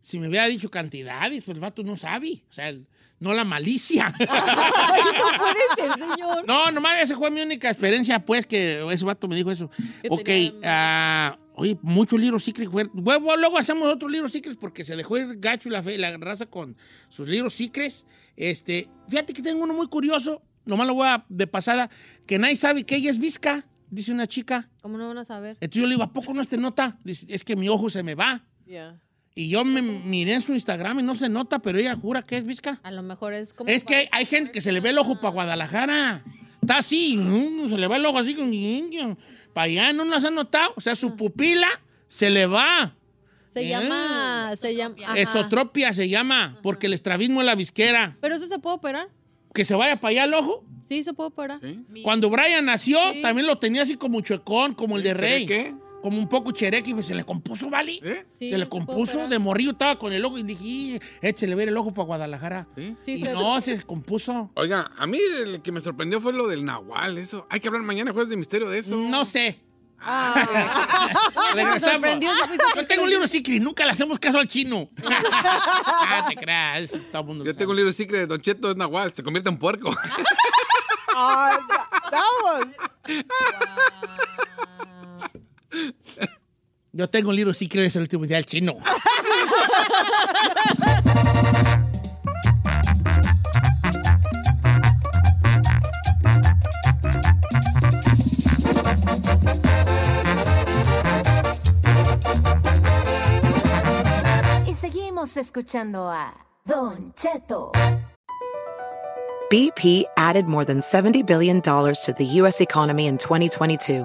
si me hubiera dicho cantidades, pues el vato no sabe. O sea, el- no la malicia.
Parece, señor.
no, nomás esa fue mi única experiencia, pues, que ese vato me dijo eso.
Que
Ok,
tenía-
ah, oye, muchos libros secret. güey. Luego, luego hacemos otros libros secrets porque se dejó ir gacho la, fe- la raza con sus libros secrets. Este, fíjate que tengo uno muy curioso, nomás lo voy a de pasada, que nadie sabe que ella es visca, dice una chica.
¿Cómo no van a saber?
Entonces yo le digo, ¿a poco no se nota? Dice, es que mi ojo se me va.
Ya.
Y yo me miré en su Instagram y no se nota, pero ella jura que es visca.
A lo mejor es como...
Es que hay, hay gente que se le ve el ojo para Guadalajara. Está así, mm, se le va el ojo así con para allá, no nos han notado. O sea, su pupila se le va. Eh.
Se llama... Se llama... ajá.
Exotropia se llama, porque el estrabismo es la visquera.
Pero eso se puede operar.
Que se vaya para allá el ojo.
Sí, se puede operar.
Cuando Brian nació,
Sí.
también lo tenía así como chuecón, como el de Rey.
¿Qué?
Como un poco cherequi, pues se le compuso, ¿vale?
¿Eh?
Sí,
se le
se puede
compuso,
operar.
de morrillo estaba con el ojo y dije, "Y, échale ver el ojo para Guadalajara.
¿Sí?
Sí,
y
se-
no, se compuso.
Oiga, a mí el que me sorprendió fue lo del Nahual, eso. Hay que hablar mañana, jueves de misterio de eso.
No sé.
Ah. sorprendió, se fuiste
Yo tengo un libro secret, nunca le hacemos caso al chino. ah, te creas. eso Todo el mundo lo
Yo tengo un
sabe.
libro secret de Don Cheto, es Nahual, se convierte en puerco.
Ah, that- that was-
Yo tengo un libro secret, es el último día del chino.
Y seguimos escuchando a Don Cheto.
BP added more than $70 billion to the U.S. economy in 2022.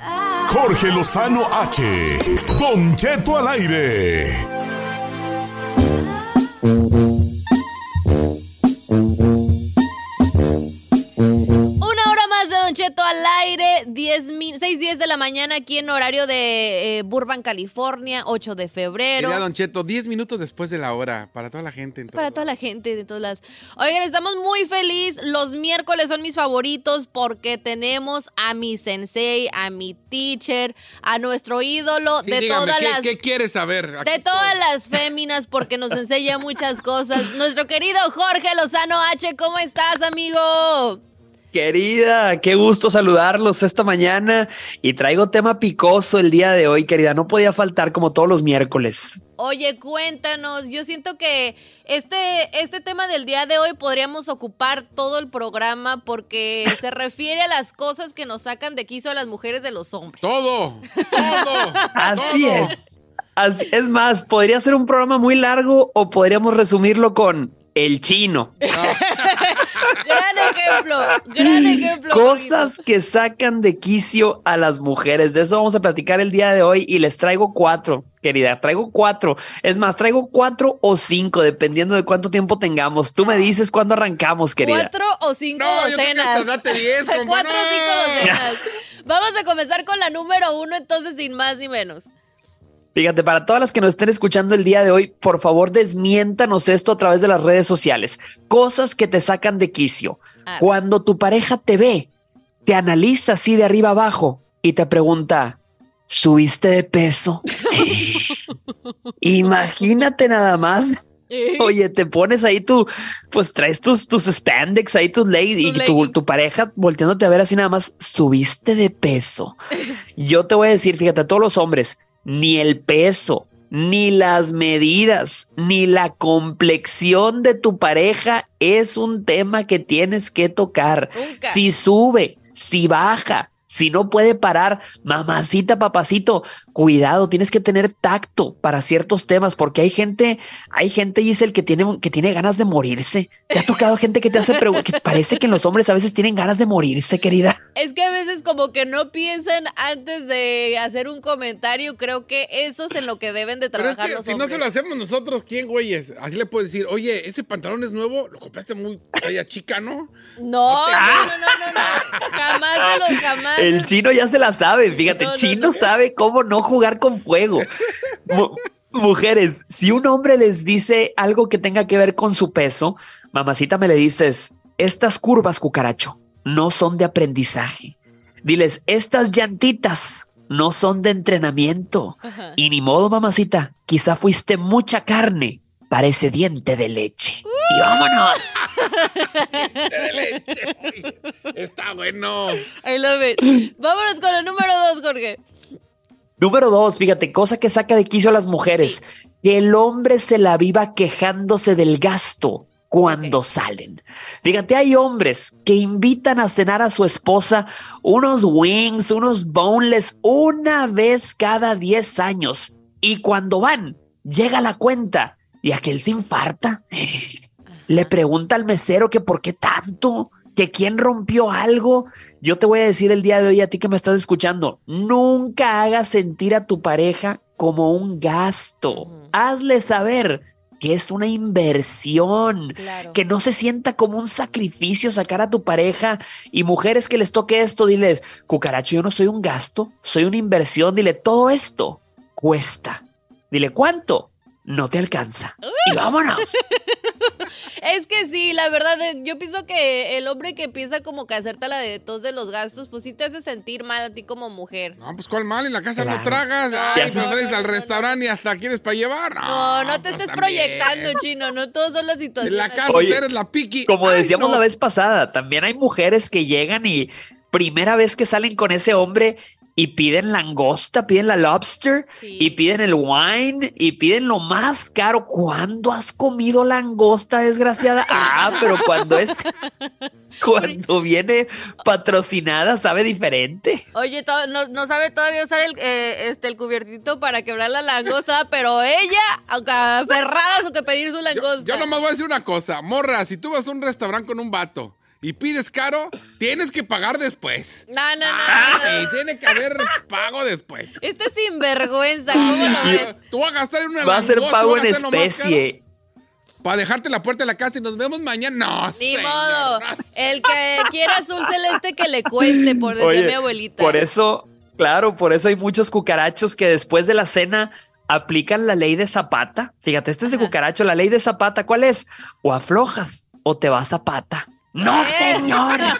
Jorge Lozano H. Don Cheto al aire.
Una hora más de Don Cheto al aire, 10 min- 6:10 de la mañana aquí en horario de eh, Burbank, California, 8 de febrero.
Mira, Don Cheto, 10 minutos después de la hora, para toda la gente. en todo
Para toda la gente de todas las... Oigan, estamos muy feliz. Los miércoles son mis favoritos porque tenemos a mi sensei, a mi teacher, a nuestro ídolo
Sí,
de
dígame,
todas
¿qué,
las...
¿Qué quieres saber? Aquí
De
estoy.
todas las féminas, porque nos enseña muchas cosas. Nuestro querido Jorge Lozano H, ¿cómo estás, amigo?
Querida, qué gusto saludarlos esta mañana y traigo tema picoso el día de hoy, querida. No podía faltar como todos los miércoles.
Oye, cuéntanos, yo siento que este, este tema del día de hoy podríamos ocupar todo el programa porque se refiere a las cosas que nos sacan de quiso a las mujeres de los hombres.
Todo.
Así es. Así- es más, podría ser un programa muy largo o podríamos resumirlo con el chino.
Gran ejemplo, gran ejemplo.
Cosas que sacan de quicio a las mujeres. De eso vamos a platicar el día de hoy y les traigo cuatro, querida. Traigo cuatro. Es más, traigo cuatro o cinco, dependiendo de cuánto tiempo tengamos. Tú me dices cuándo arrancamos, querida.
Cuatro o cinco
yo creo que
docenas.
hasta date diez, compa,
Cuatro o cinco
no.
docenas. Vamos a comenzar con la número uno, entonces, sin más ni menos.
Fíjate, para todas las que nos estén escuchando el día de hoy, por favor desmiéntanos esto a través de las redes sociales. Cosas que te sacan de quicio.
Ah.
Cuando tu pareja te ve, te analiza así de arriba abajo y te pregunta, ¿subiste de peso? Imagínate nada más. Oye, te pones ahí tú, pues traes tus, tus spandex ahí, tus ladies, y
Tus
tu,
leggings.
tu pareja volteándote a ver así nada más, subiste de peso. Yo te voy a decir, fíjate, a todos los hombres, ni el peso, ni las medidas, ni la complexión de tu pareja es un tema que tienes que tocar. Si sube, si baja, si no puede parar, mamacita, papacito, cuidado, tienes que tener tacto para ciertos temas, porque hay gente, hay gente, Giselle, que tiene, que tiene ganas de morirse. Te ha tocado gente que te hace preguntas, que parece que los hombres a veces tienen ganas de morirse, querida.
Es que a veces como que no piensan antes de hacer un comentario. Creo que eso es en lo que deben de
Pero es
trabajar
que
los
si no
hombres.
se lo hacemos nosotros, ¿quién, güey? es? Así le puedes decir, oye, ese pantalón es nuevo, lo compraste muy talla chica, ¿no?
No, no, no, no, no, no. Jamás de los jamás.
El chino ya se la sabe, fíjate,
No, no,
chino sabe cómo no jugar con fuego. Mu- mujeres, si un hombre les dice algo que tenga que ver con su peso, mamacita me le dices, estas curvas, cucaracho, no son de aprendizaje. Diles, estas llantitas no son de entrenamiento.
Ajá.
Y ni modo, mamacita, quizá fuiste mucha carne para ese diente de leche. Y vámonos.
Está bueno.
I love it. Vámonos con el número dos, Jorge.
Número dos, fíjate, cosa que saca de quicio a las mujeres, que el hombre se la viva quejándose del gasto cuando salen. Fíjate, hay hombres que invitan a cenar a su esposa unos wings, unos boneless, una vez cada 10 años. Y cuando van, llega la cuenta y aquel se infarta. Le pregunta al mesero que por qué tanto, que quién rompió algo. Yo te voy a decir el día de hoy a ti que me estás escuchando, nunca hagas sentir a tu pareja como un gasto. Hazle saber que es una inversión, que no se sienta como un sacrificio sacar a tu pareja y mujeres que les toque esto, diles, cucaracho, yo no soy un gasto, soy una inversión, dile, todo esto cuesta. Dile, ¿cuánto? No te alcanza. Y vámonos.
Es que sí, la verdad, eh, yo pienso que el hombre que piensa como que hacerte la de todos de los gastos, pues sí te hace sentir mal a ti como mujer.
No, pues cuál mal, en la casa
Claro.
no tragas,
No,
ay,
no,
pero sales
no,
al restaurante y hasta quieres para llevar.
No, no
pues
te estés proyectando, chino. No todos son las situaciones.
Oye, Como decíamos la vez pasada, también hay mujeres que llegan y primera vez que salen con ese hombre y piden langosta, piden la lobster y piden el wine y piden lo más caro. ¿Cuándo has comido langosta, desgraciada? Ah, pero cuando es cuando viene patrocinada sabe diferente.
Oye, to- no, no sabe todavía usar el, eh, este, el cubiertito para quebrar la langosta, pero ella, aunque aferrada a su que pedir su langosta.
Yo nomás voy a decir una cosa, morra, si tú vas a un restaurante con un vato y pides caro, tienes que pagar después.
No, no, no.
Ah, sí, tiene que haber pago después.
Este es sinvergüenza, ¿cómo lo ves?
Tú vas a gastar en una
Va a ser
langosta,
pago
tú vas a
en
gastar nomás
especie.
caro Para dejarte la puerta de la casa y nos vemos mañana. No,
Ni
señor.
modo. El que quiera azul celeste que le cueste, por decir
Oye,
mi abuelita.
Por eso, claro, por eso hay muchos cucarachos que después de la cena aplican la ley de Zapata. Fíjate, este es de cucaracho, la ley de Zapata, ¿cuál es? O aflojas o te vas a pata. No,
¿Eh?
señor.
Por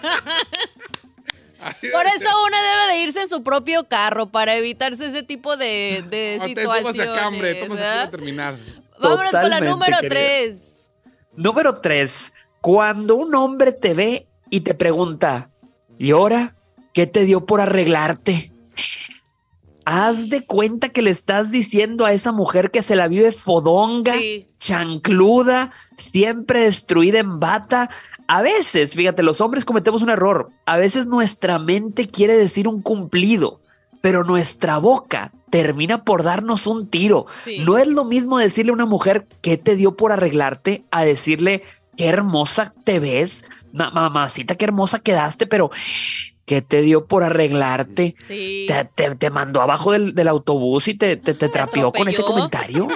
eso uno debe de irse en su propio carro para evitarse ese tipo de, de
No te subas
situaciones.
a cambre, toma se
¿verdad?
a terminar.
Vámonos con la
Totalmente,
número
querida.
tres.
Número tres, cuando un hombre te ve y te pregunta, ¿y ahora qué te dio por arreglarte? Haz de cuenta que le estás diciendo a esa mujer que se la vive fodonga, chancluda, siempre destruida en bata. A veces, fíjate, los hombres cometemos un error. A veces nuestra mente quiere decir un cumplido, pero nuestra boca termina por darnos un tiro.
Sí.
No es lo mismo decirle a una mujer qué te dio por arreglarte a decirle qué hermosa te ves, ma- mamacita, qué hermosa quedaste, pero qué te dio por arreglarte.
Sí.
Te, te- te mandó abajo del, del autobús y te, te, te trapeó con ese
atropelló.
comentario.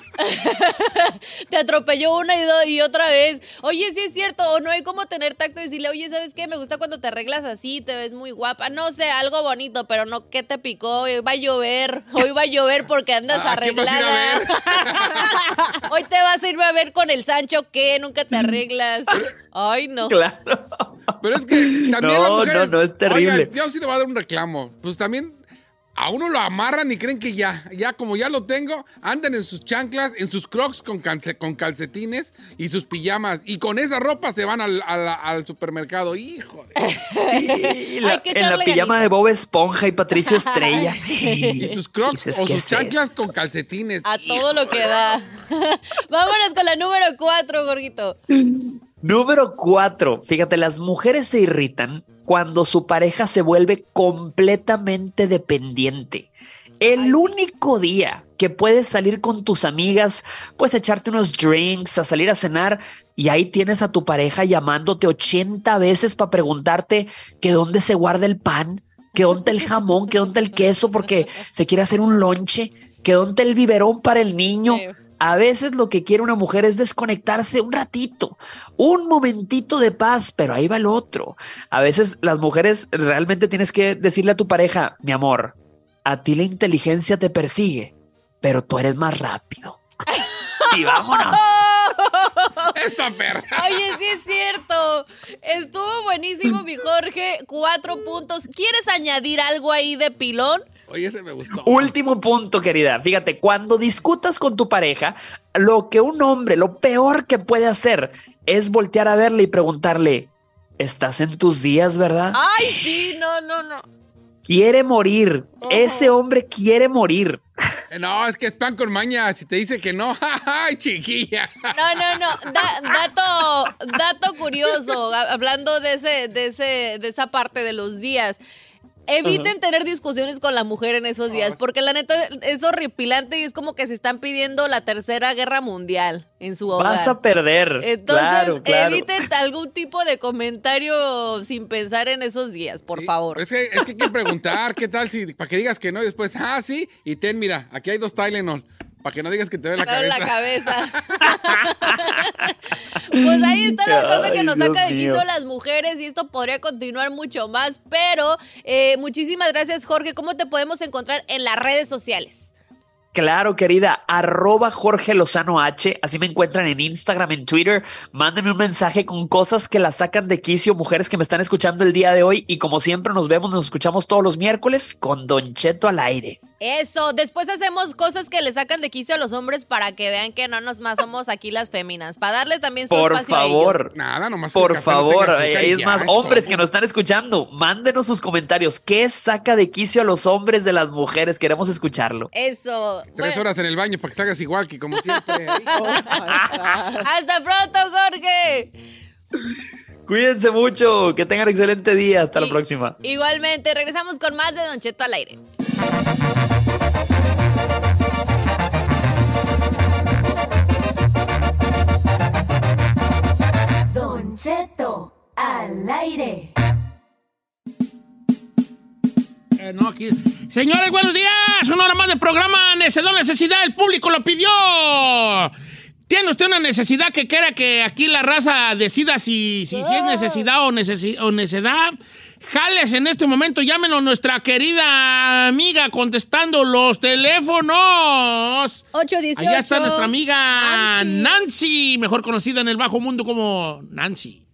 Te atropelló una y, do- y otra vez. Oye, sí es cierto, o no hay como tener tacto y decirle, oye, ¿sabes qué? Me gusta cuando te arreglas así, te ves muy guapa. No sé, algo bonito, pero no, ¿qué te picó? Hoy va a llover, hoy va a llover porque andas arreglada. hoy te vas a ir a ver con el Sancho que nunca te arreglas. Ay, no.
Pero es que también
No,
las mujeres.
no, no, es terrible.
Oigan, yo sí le voy a dar un reclamo. Pues también a uno lo amarran y creen que ya, ya como ya lo tengo, andan en sus chanclas, en sus crocs con, calce- con calcetines y sus pijamas. Y con esa ropa se van al, al- al supermercado. Hijo
La- en la pijama de Bob Esponja y Patricio Estrella.
Y sus crocs
Dices,
o
¿qué
sus
es
chanclas con calcetines.
A todo lo que da. Vámonos con la número cuatro, Gorguito.
Número cuatro. Fíjate, las mujeres se irritan cuando su pareja se vuelve completamente dependiente. El único día que puedes salir con tus amigas, pues echarte unos drinks, a salir a cenar, y ahí tienes a tu pareja llamándote 80 veces para preguntarte que dónde se guarda el pan, que dónde el jamón, que dónde el queso, porque se quiere hacer un lonche, que dónde el biberón para el niño. A veces lo que quiere una mujer es desconectarse un ratito, un momentito de paz, pero ahí va el otro. A veces las mujeres realmente tienes que decirle a tu pareja, mi amor, a ti la inteligencia te persigue, pero tú eres más rápido. y vámonos.
Esta perra.
Oye, sí es cierto. Estuvo buenísimo, mi Jorge. Cuatro puntos. ¿Quieres añadir algo ahí de pilón?
Oye, ese me gustó.
Último punto, querida. Fíjate, cuando discutas con tu pareja, lo que un hombre, lo peor que puede hacer es voltear a verle y preguntarle, ¿estás en tus días, verdad?
Ay, sí, no, no, no.
Quiere morir. Ese hombre quiere morir.
Eh, No, es que es pan con maña. Si te dice que no, ¡ay, chiquilla!
No, no, no. Da- dato, dato curioso, ha- hablando de, ese, de, ese, de esa parte de los días. Eviten
Ajá.
tener discusiones con la mujer en esos días, porque la neta es horripilante y es como que se están pidiendo la tercera guerra mundial en su hogar.
Vas a perder.
Entonces,
claro, claro.
eviten algún tipo de comentario sin pensar en esos días, por favor.
Es que, es que hay que preguntar, ¿qué tal? Si, para que digas que no, y después, ah, sí, y ten, mira, aquí hay dos Tylenol. Para que no digas que te ve la
Te duele
cabeza.
la cabeza. pues ahí está la cosa que
Ay,
nos
Dios
saca de quiso
mío.
las mujeres y esto podría continuar mucho más, pero eh, muchísimas gracias Jorge. ¿Cómo te podemos encontrar en las redes sociales?
Claro, querida, arroba Jorge Lozano H. Así me encuentran en Instagram, en Twitter. Mándenme un mensaje con cosas que las sacan de quicio, mujeres que me están escuchando el día de hoy. Y como siempre, nos vemos, nos escuchamos todos los miércoles con Don Cheto al aire.
Eso, después hacemos cosas que le sacan de quicio a los hombres para que vean que no nos más somos aquí las féminas, para darles también su
Por
espacio a ellos.
favor.
Nada, nomás.
Por
el café no
favor,
tenga azúcar
eh,
y
es
ya,
más,
es
hombres que nos están escuchando, mándenos sus comentarios. ¿Qué saca de quicio a los hombres de las mujeres? Queremos escucharlo.
Eh,
Eso.
Tres horas en el baño para que salgas igual que como siempre.
Hasta pronto, Jorge.
Cuídense mucho, que tengan excelente día. Hasta la próxima.
Igualmente, regresamos con más de Don Cheto al aire.
Don Cheto al aire.
Eh, no, aquí- Señores, buenos días. Una hora más del programa Necedó Necesidad. El público lo pidió. ¿Tiene usted una necesidad que quiera que aquí la raza decida si, si, si es necesidad o, necesi- o necedad? Jales en este momento, llámenos nuestra querida amiga contestando los teléfonos.
818.
Allá está nuestra amiga Nancy, mejor conocida en el bajo mundo como Nancy.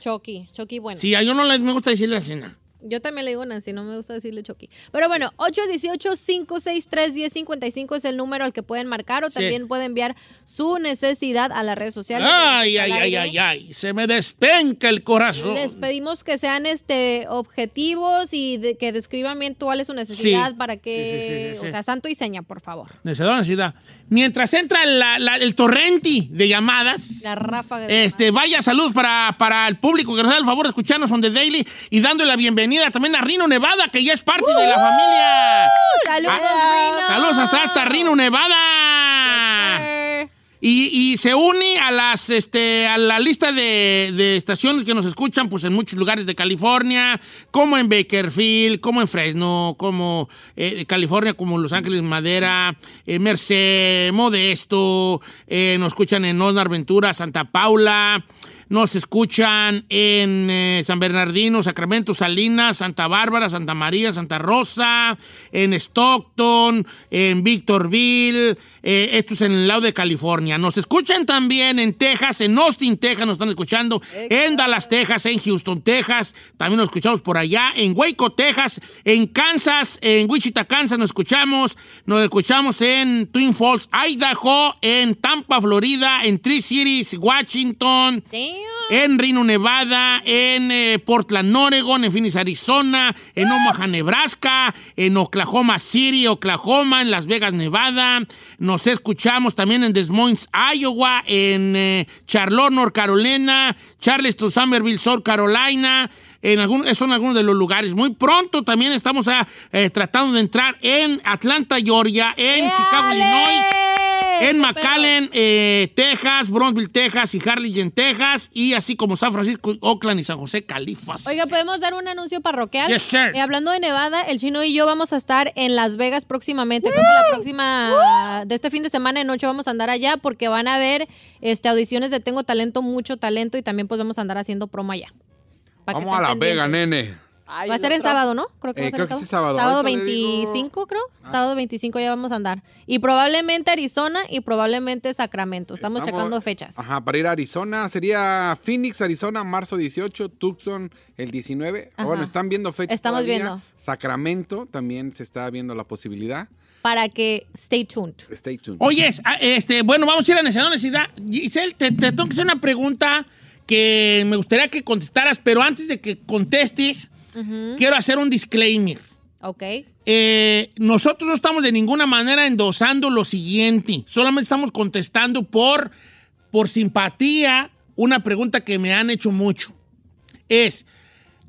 Chucky, Chucky bueno.
Sí, a yo no les me gusta decirle así. ¿no?
Yo también le digo Nancy, no me gusta decirle Chucky. Pero bueno, 818-563-1055 es el número al que pueden marcar o
Sí.
también pueden enviar su necesidad a las redes sociales.
Ay, ay,
Al
ay,
aire.
ay, ay. Se me despenca el corazón.
Les pedimos que sean este objetivos y de- que describan bien cuál es su necesidad
Sí.
para que,
Sí, sí, sí, sí, sí.
o sea, santo y seña, por favor.
Necesidad, necesidad. Mientras entra la- la- el torrenti de llamadas.
La ráfaga de
Este, vaya salud para, para el público que nos da el favor de escucharnos on the daily y dándole la bienvenida también a Rino Nevada, que ya es parte de la familia.
Saludos, Rino.
Ah, Saludos hasta, hasta Rino
Eh,
Nevada. Y, y se une a las este, a la lista de, de estaciones que nos escuchan pues en muchos lugares de California, como en Bakerfield, como en Fresno, como eh, California, como Los Ángeles Madera, eh, Merced, Modesto, eh, nos escuchan en Osnar Ventura, Santa Paula, nos escuchan en eh, San Bernardino, Sacramento, Salinas, Santa Bárbara, Santa María, Santa Rosa, en Stockton, en Victorville, eh, esto es en el lado de California. Nos escuchan también en Texas, en Austin, Texas, nos están escuchando, en Dallas, Texas, en Houston, Texas, también nos escuchamos por allá, en Waco, Texas, en Kansas, en Wichita, Kansas, nos escuchamos, nos escuchamos en Twin Falls, Idaho, en Tampa, Florida, en Three Cities, Washington en Reno, Nevada, en eh, Portland, Oregon, en Phoenix, Arizona, en Omaha, Nebraska, en Oklahoma City, Oklahoma, en Las Vegas, Nevada. Nos escuchamos también en Des Moines, Iowa, en eh, Charlotte, North Carolina, Charleston, Somerville, South Carolina. En algún, son algunos de los lugares. Muy pronto también estamos ah, eh, tratando de entrar en Atlanta, Georgia, en Chicago, Illinois, en McAllen, eh, Texas, Bronzeville, Texas y Harlingen, Texas, y así como San Francisco, Oakland y San José, Califas.
Oiga, ¿podemos dar un anuncio parroquial?
Yes, sir.
Eh, hablando de Nevada, el chino y yo vamos a estar en Las Vegas próximamente. Creo que la próxima, de este fin de semana en noche vamos a andar allá porque van a haber este, audiciones de Tengo Talento, Mucho Talento y también pues vamos a andar haciendo promo allá. Pa' que
Vamos a
estén
la
pendientes.
Vega, nene.
va a ser en sábado, ¿no?
Eh,
va a ser
creo
en
que sí, sábado.
Sábado
Ahorita le Ah.
25, creo. Sábado 25 ya vamos a andar. Y probablemente Arizona y probablemente Sacramento. Estamos,
Estamos- Ah.
checando fechas.
Ajá, para ir a Arizona sería Phoenix, Arizona, marzo 18, Tucson el 19.
Ajá.
Bueno, están viendo fechas.
Estamos
todavía.
viendo.
Sacramento también se está viendo la posibilidad.
Para que stay tuned.
Stay tuned.
Oye, este, bueno, vamos a ir a Necesidad, Necesidad. Giselle, te, te tengo que hacer una pregunta que me gustaría que contestaras, pero antes de que contestes,
Ujú.
quiero hacer un disclaimer.
Ok.
Eh, nosotros no estamos de ninguna manera endosando lo siguiente. Solamente estamos contestando por, por simpatía una pregunta que me han hecho mucho. Es,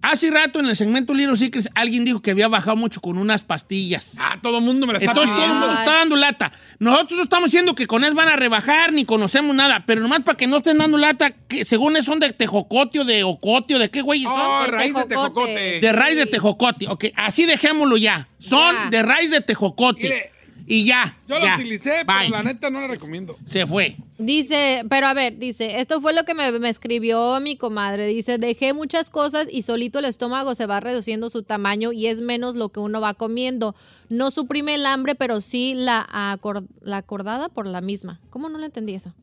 hace rato en el segmento Little Secrets alguien dijo que había bajado mucho con unas pastillas.
Ah, todo el mundo me la está
Entonces todo
pidiendo.
el mundo está dando lata. Nosotros no estamos diciendo que con eso van a rebajar ni conocemos nada, pero nomás para que no estén dando lata, que según eso son de tejocote o de ocote o de qué güey son.
Oh, raíz de tejocote.
De raíz de tejocote. Ok, así dejémoslo ya. Son
Ya.
de raíz de tejocote.
Mire,
y ya.
Yo la
ya.
utilicé,
Bye.
pero la neta no la recomiendo.
Se fue.
Dice, pero a ver, dice, esto fue lo que me, me escribió mi comadre. Dice, dejé muchas cosas y solito el estómago se va reduciendo su tamaño y es menos lo que uno va comiendo. No suprime el hambre, pero sí la, acor- la acordada por la misma. ¿Cómo no le entendí eso?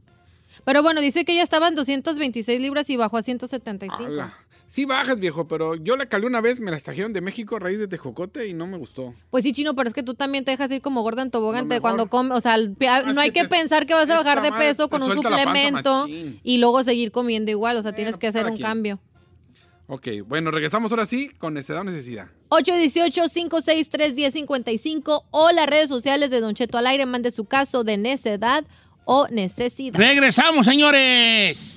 Pero bueno, dice que ella estaba en 226 libras y bajó a 175.
Ala. Sí bajas, viejo, pero yo la calé una vez, me la trajeron de México, raíz de tejocote, y no me gustó.
Pues sí, chino, pero es que tú también te dejas ir como gorda en tobogán
No,
te-
mejor. Ah,
cuando comes. O sea, el- pe- no hay que, pensar que vas a
esa
bajar de
madre
peso
te
con un
suelta la panza,
suplemento
machín. pues
y luego seguir comiendo igual. O sea, tienes que hacer
cada
un
quien.
cambio.
Ok, bueno, regresamos ahora sí con necesidad o necesidad.
818-563-1055 o las redes sociales de Don Cheto al aire. Mande su caso de necedad o necesidad.
Regresamos, señores.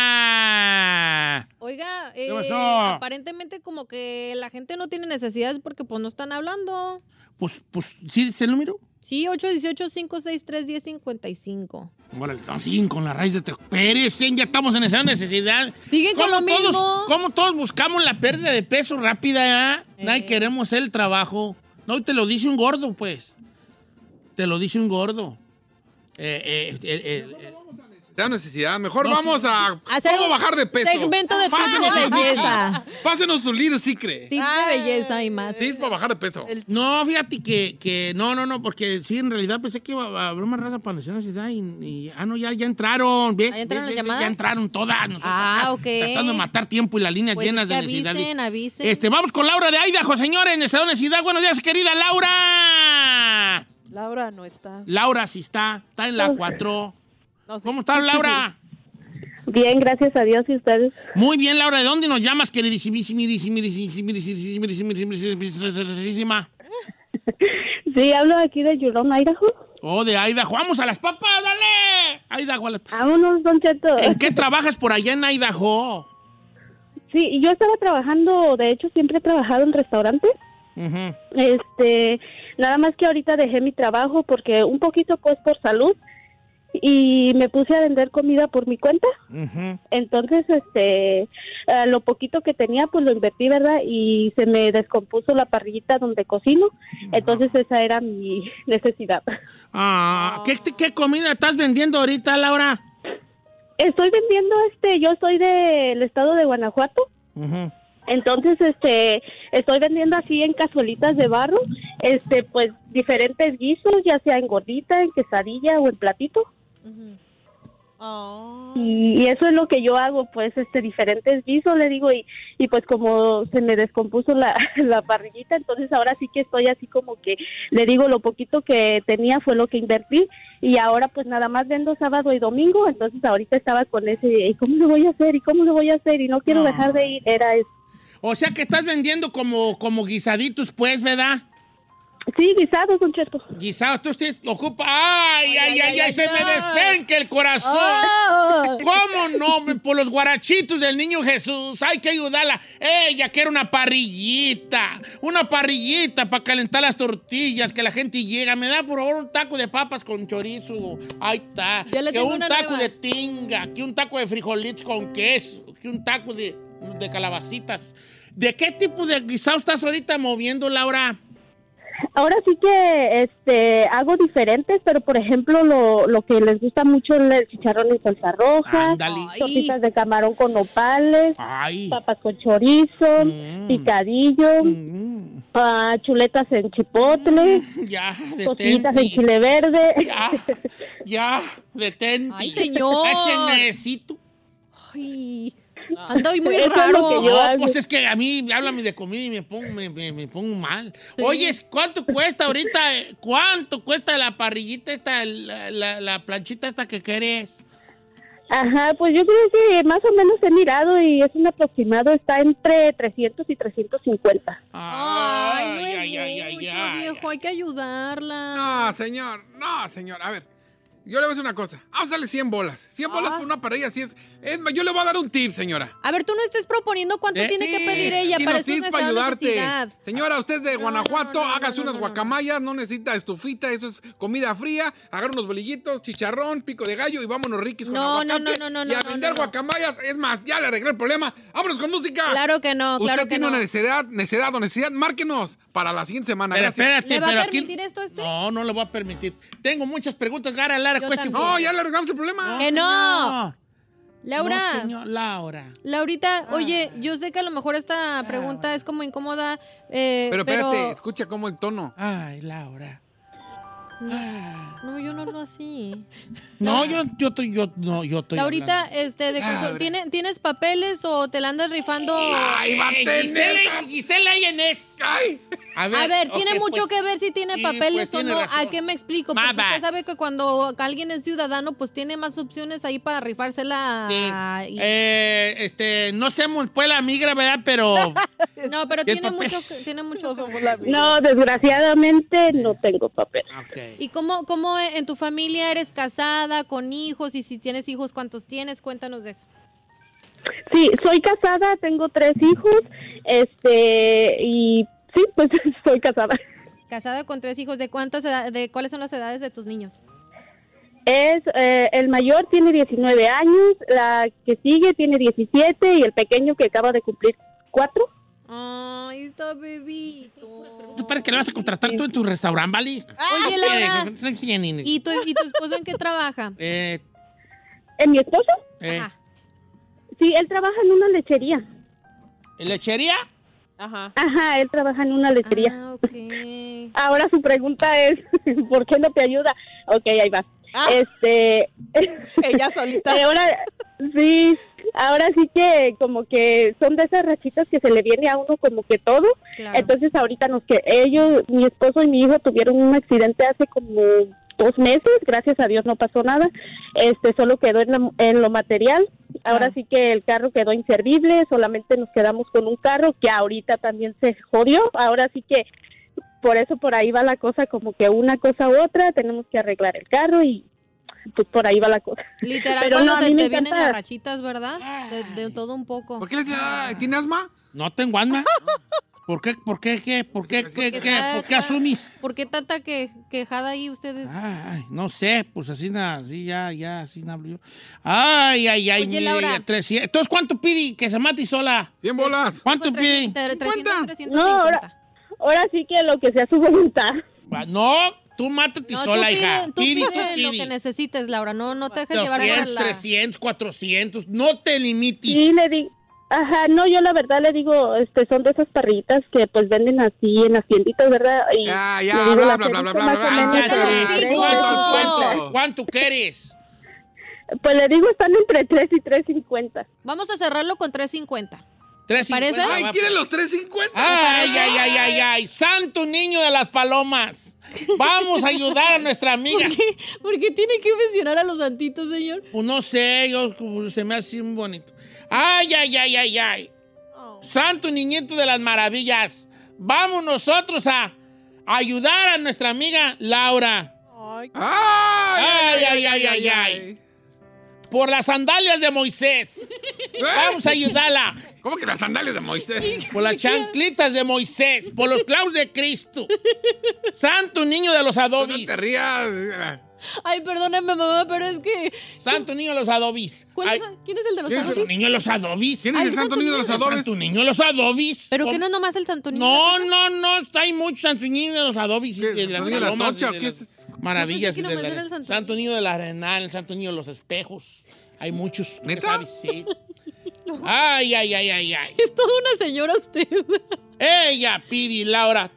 Oiga,
¿Qué
eh,
pasó?
aparentemente como que la gente no tiene necesidades porque pues no están hablando.
Pues, pues, ¿sí es el número?
Sí, 818-563-1055.
Órale, estamos sin con la raíz de te... Pérez, ¿eh? ya estamos en esa necesidad.
Siguen con lo
todos,
mismo.
cómo todos buscamos la pérdida de peso rápida? ¿eh? Nadie queremos hacer el trabajo. No, te lo dice un gordo, pues. Te lo dice un gordo. Eh, eh, eh, eh, eh,
Da necesidad. Mejor
No,
vamos
sí.
a
Hacer
cómo
un
bajar de peso.
segmento de tips de
Pásenos-
belleza.
Pásenos su little secret.
Tip de belleza y más.
Tips para bajar de peso.
No, fíjate que, que no, no, no, porque sí, en realidad pensé que iba a haber más raza para la necesidad y, y- ah, no, ya, ya entraron, ¿ves?
¿Ah, ya
¿Ves?
entraron las
¿Ves?
llamadas?
Ya entraron todas, nosotros
Ah,
acá
ok.
tratando de matar tiempo y las líneas
Pues
llenas
es que
de necesidades.
avisen, avisen.
Este, vamos con Laura de Idaho, señores, necesidad, necesidad. Buenos días, querida Laura.
Laura no está.
Laura sí está, está en la 4. ¿Cómo estás, Laura?
Bien, gracias a Dios y ustedes.
Muy bien, Laura, ¿de dónde nos llamas, queridísima?
Sí, hablo aquí de Yulon, Idaho.
Oh, de Idaho. ¡Vamos a las papas, dale! Idaho, a las
Vámonos, Don Cheto.
¿En qué trabajas por allá en Idaho?
Sí, y yo estaba trabajando, de hecho siempre he trabajado en restaurantes. Este, nada más que ahorita dejé mi trabajo porque un poquito pues por salud y me puse a vender comida por mi cuenta. Entonces, este, eh, lo poquito que tenía, pues lo invertí, ¿verdad? Y se me descompuso la parrillita donde cocino. Entonces, esa era mi necesidad.
Ah, ¿qué, qué comida estás vendiendo ahorita, Laura?
Estoy vendiendo, este, yo soy del estado de Guanajuato. Entonces, este, estoy vendiendo así en cazuelitas de barro, este, pues diferentes guisos, ya sea en gordita, en quesadilla o en platito. Y, y eso es lo que yo hago, pues, este, diferentes guisos, le digo, y, y pues como se me descompuso la, la parrillita, entonces ahora sí que estoy así como que, le digo, lo poquito que tenía fue lo que invertí, y ahora pues nada más vendo sábado y domingo, entonces ahorita estaba con ese, "¿Y ¿cómo lo voy a hacer? ¿Y cómo lo voy a hacer? Y no quiero dejar de ir, era eso.
O sea que estás vendiendo como, como guisaditos, pues, ¿verdad?
Sí, guisados, don Cheto.
Guisados, tú usted ocupa. ¡Ay, ay, ay, ay! se me despenca el corazón.
Oh.
¿Cómo no? Me- Por los guarachitos del niño Jesús. Hay que ayudarla. Ella quiere una parrillita. Una parrillita para calentar las tortillas, que la gente llega. Me da por favor un taco de papas con chorizo. Ahí está.
Ya le
Que
tengo
un
una
taco
nueva.
de tinga, que un taco de frijolitos con queso, que un taco de, de calabacitas. ¿De qué tipo de guisado estás ahorita moviendo, Laura?
Ahora sí que este hago diferentes, pero por ejemplo lo, lo que les gusta mucho es el chicharrón en salsa roja,
Ándale.
tortitas de camarón con nopales,
Ay. Mm.
papas con chorizo, picadillo, ah, chuletas en chipotle,
Mm, Ya,
costillitas en
detente.
chile verde.
Ya, ya, detente.
Ay, señor.
Es que necesito.
Ay, anda hoy muy
Eso es
raro.
lo que yo
No,
hago.
pues es que a mí, háblame de comida y me pongo, me, me- me pongo mal. Oye, ¿cuánto cuesta ahorita? eh, ¿Cuánto cuesta la parrillita esta, la, la- la planchita esta que querés?
Ajá, pues yo creo que más o menos he mirado y es un aproximado, está entre 300 y 350.
Ay, no es mucho, viejo, hay que ayudarla.
No, señor. No, señor. A ver. Yo le voy a decir una cosa. Vamos a darle 100 bolas. 100
Ah.
bolas por una parrilla. Así es. es más, yo le voy a dar un tip, señora.
A ver, tú no estés proponiendo cuánto
Eh,
tiene
sí,
que pedir ella
sí,
para
no,
eso es
tips para
necesidad,
ayudarte.
necesidad.
Señora, usted es de Guanajuato, hágase unas guacamayas, no necesita estufita, eso es comida fría, agarra unos bolillitos, chicharrón, pico de gallo y vámonos riquis con
No, no,
aguacate
no, no, no,
y a
no, no,
vender
no.
guacamayas, es más, ya le arreglé el problema. ¡Vámonos con música!
Claro que no, claro
Usted
que
tiene
no.
una necesidad, necesidad o necesidad, márquenos para la siguiente semana.
Pero
gracias.
espérate, pero aquí-
esto este?
No, no le voy a permitir. Tengo muchas preguntas, Gara, Lara,
Yo
cuestión.
también. No, ya
le arreglamos el problema.
Que no. Laura.
No, señor, Laura.
Laurita,
Ah.
oye, yo sé que a lo mejor esta pregunta es como incómoda, eh,
Pero
pero,
espérate, escucha cómo el tono.
Ay, Laura.
No, yo no hablo así.
No, yo, yo, estoy- yo, no, yo estoy.
Ahorita, este, de
Ah,
consul- ¿tiene- ¿tienes papeles o te la andas rifando?
Ay, va a tener- Eh, Gisela, Gisela y Enes.
A ver, tiene mucho que ver si tiene
pues, Sí,
papeles
pues, tiene
o no.
razón.
¿A qué me explico?
My
Porque usted
bad.
sabe que cuando alguien es ciudadano, pues tiene más opciones ahí para rifársela. y-
Eh, este, no seamos pues la migra, ¿verdad? Pero.
No, pero
¿Qué
tiene
papeles?
mucho, que- tiene mucho que ver.
No, desgraciadamente no tengo papel.
¿Y cómo, cómo en tu familia eres casada, con hijos? Y si tienes hijos, ¿cuántos tienes? Cuéntanos de eso.
Sí, soy casada, tengo tres hijos, este, y sí, pues soy casada.
Casada con tres hijos, ¿de cuántas edad- de cuáles son las edades de tus niños?
Es, eh, el mayor tiene 19 años, la que sigue tiene 17 y el pequeño que acaba de cumplir 4.
Ay, está bebito.
¿Tú parece que le vas a contratar tú en tu restaurante, eh, Vali?
Oye, Laura,
¿Y
¿y tu, ¿y tu esposo en qué trabaja?
Eh,
¿En mi esposo?
eh,
Sí, él trabaja en una lechería.
¿Lechería?
Ajá. Ajá, él trabaja en una lechería.
Ah,
Ahora su pregunta es, ¿por qué no te ayuda? Ok, ahí va. Este...
Ella solita.
ahora, sí, ahora sí que como que son de esas rachitas que se le viene a uno como que todo.
Claro.
Entonces ahorita nos que ellos, mi esposo y mi hijo tuvieron un accidente hace como dos meses, gracias a Dios no pasó nada, este solo quedó en, la- en lo material, ahora sí que el carro quedó inservible, solamente nos quedamos con un carro que ahorita también se jodió, ahora sí que por eso por ahí va la cosa como que una cosa u otra, tenemos que arreglar el carro y pues por ahí va la cosa.
Literal,
Pero
cuando
no, a
se
mí
te
me
vienen
encanta.
las rachitas, ¿verdad? De, de todo un poco. ¿Por
qué le ¿Tiene asma?
No tengo asma. ¿Por qué? ¿Por qué? ¿Qué? ¿Por qué? ¿Qué? ¿Qué? ¿Por qué asumís?
¿Por qué tanta que, quejada ahí ustedes?
Ah.
Ay, no sé, pues así nada, así ya, ya, así na hablo yo. Ay, ay, ay,
Oye,
mi
Laura.
tres- Entonces, ¿cuánto pide que se mate sola?
100 bolas.
¿Cuánto pide?
No, ahora, ahora sí que lo que sea su voluntad.
Va, Ah, No, tú mátate
No, tú
sola,
pide-
hija.
tú
Pidi, tú
pide lo que
pidi.
necesites, Laura. No, no te dejes llevar por
200,
la...
300, 400, no te limites.
Sí, le di. Ajá, no, yo la verdad le digo, este, son de esas parrillitas que pues venden así en las tienditas, ¿verdad? Y
Ya,
le digo, la cerdita más o menos
Cállate.
entre tres,
¿Cuánto, cuánto,
cincuenta.
cuánto quieres?
Pues le digo, están entre 3 y 3.50.
Vamos a cerrarlo con 350.
¿Tres
parece?
cincuenta,
Ay,
va,
¿quiere
pues.
los
350?
Ay, ay, ay, ay, ay. Santo niño de las palomas. Vamos a ayudar a nuestra amiga. ¿Por qué,
tiene que mencionar a los santitos, señor?
no sé, yo, como se me hace muy bonito. Ay, ay, ay, ay, ay.
Oh.
Santo niñito de las maravillas. Vamos nosotros a ayudar a nuestra amiga Laura. Ah. Ay, ay, ay, ay, ay. Por las sandalias de Moisés. Vamos a ayudarla.
¿Cómo que las sandalias de Moisés?
Por las chanclitas de Moisés. Por los clavos de Cristo. Santo niño de los adobis. No te
rías.
Ay, perdóname, mamá, pero es que...
Santo niño de los adobis.
¿Cuál es- ¿Quién es el de los
Santo
adobis?
niño de los adobis.
¿Quién es el Ay, santo niño de los adobis?
Santo niño de los adobis.
¿Pero que no es nomás el santo niño?
No, no, no, está hay muchos Santo Niño de los adobis y de las
Santo Niño de la
palomas,
Tocha,
y de
¿qué
las
es?
maravillas.
Yo pensé que
y de
nomás
la-
era el Santo
Santo, Niño de la Arenal, el Santo Niño de los Espejos. Hay muchos. ya
¿Neta?
sabes, sí. Ay, ay, ay, ay, ay.
Es toda una señora usted.
Ella, Pidi, Laura,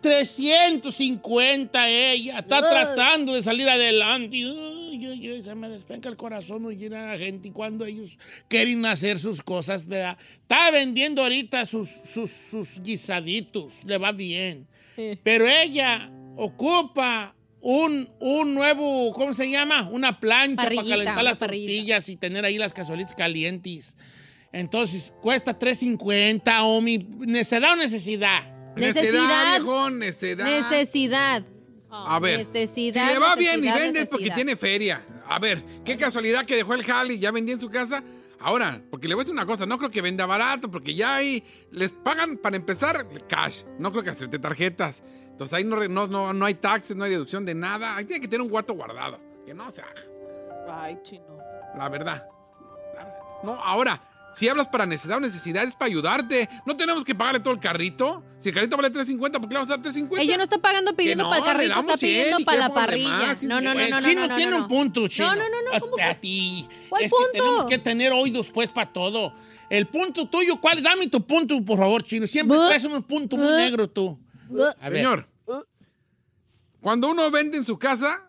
350 ella. Está
Ay.
tratando de salir adelante. Ay, ay, ay, se me despenca el corazón y llena la gente y cuando ellos quieren hacer sus cosas, ¿verdad? Está vendiendo ahorita sus, sus, sus guisaditos. Le va bien. Pero ella ocupa un, un nuevo, ¿cómo se llama? Una plancha para
Parrillita,
calentar
una
las tortillas y tener ahí las cazuelitas calientes. Entonces, cuesta 3.50, Omi. ¿Necedad o necesidad?
Necesidad.
viejón, necedad.
Necesidad.
este, A ver,
Necesidad,
si le va bien y
necesidad,
vende es
necesidad.
porque tiene feria. A ver, qué casualidad que dejó el jale y ya vendía en su casa. Ahora, porque le voy a decir una cosa, no creo que venda barato, porque ya ahí les pagan para empezar cash, no creo que acepte tarjetas. Entonces ahí no, re- no, no, no hay taxes, no hay deducción de nada. Ahí tiene que tener un guato guardado, que no se haga.
Ay, chino.
La verdad. No, ahora, si hablas para necesidad o necesidad es para ayudarte. No tenemos que pagarle todo el carrito. Si el carrito vale 3.50, ¿por qué le vamos a dar 3.50?
Ella no está pagando pidiendo
no,
para el
le
carrito,
damos
está pidiendo
100 y
para
qué
la
por lo demás,
parrilla.
sí,
no, no, no,
El
no, no,
chino
no, no,
tiene
no.
un punto, chino.
No, no, no, no, ¿cómo que-
A ti.
¿Cuál
es
punto?
que tenemos que tener oídos, pues, para todo. El punto tuyo, ¿cuál? Dame tu punto, por favor, chino. Siempre traes un
Pues,
Pues,
punto muy negro tú. A ver.
Uh.
Señor, cuando uno vende en su casa,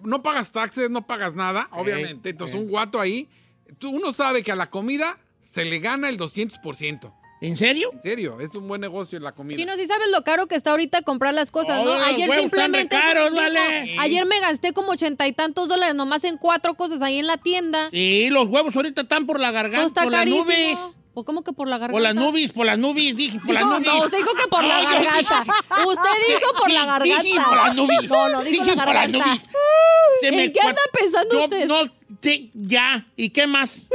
no pagas taxes, no pagas nada, obviamente. Entonces, un guato ahí, tú- uno sabe que a la comida se le gana el 200%.
¿En serio?
En serio, es un buen negocio la comida.
Chino, sí sabes lo caro que está ahorita comprar las cosas, ¿no?
Oh, los
Ayer
huevos están re
simplemente.
caros,
Dijo,
vale.
Ayer me gasté como ochenta y tantos dólares nomás en cuatro cosas ahí en la tienda.
Sí, los huevos ahorita están por la
Todo
garganta,
está
por las
carísimo.
nubes.
¿O cómo que por la garganta?
Por las nubes, por las nubes, dije, por las
No,
nubes.
no, usted dijo que por la
yo dije-
garganta. Usted dijo por la garganta.
Dije por las nubes.
No, no, dijo
dije
la
por las
garganta.
nubes.
¿En qué anda pensando
yo
usted?
No, te- ya. ¿Y qué más?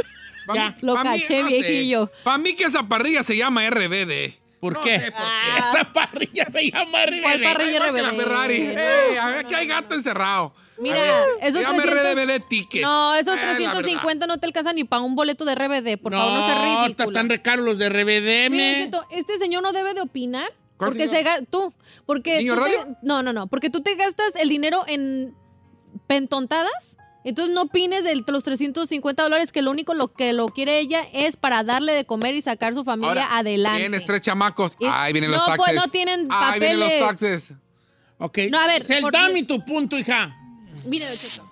Ya.
Lo caché, viejillo.
Para mí que esa parrilla se llama RBD.
¿Por
No
qué?
sé por
Esa parrilla se llama RBD.
Igual que la
RBD?
Ferrari.
No,
Ey, aquí hay gato encerrado.
Mira,
A se
esos
llama
300
RBD ticket.
No, esos
Eh, la
350 no te alcanzan ni para un boleto de RBD, por favor, no se
No,
ridículo.
está- están recaros los de RBD,
Mira,
me.
Cheto, este señor no debe de opinar.
¿Cuál
Porque
señor?
se ga- tú, porque
¿Niño
tú te-
radio?
no, no, no, porque tú te gastas el dinero en pentontadas. Entonces no opines de los 350 dólares que lo único lo que lo quiere ella es para darle de comer y sacar su familia
Ahora,
adelante.
Tienes tres chamacos.
Y-
Ahí vienen los
No,
taxes.
pues, no tienen
Ahí vienen los
papeles.
taxes.
Ok.
No, a ver,
Cel,
por-
dame tu punto, hija.
Mire, Don Cheto,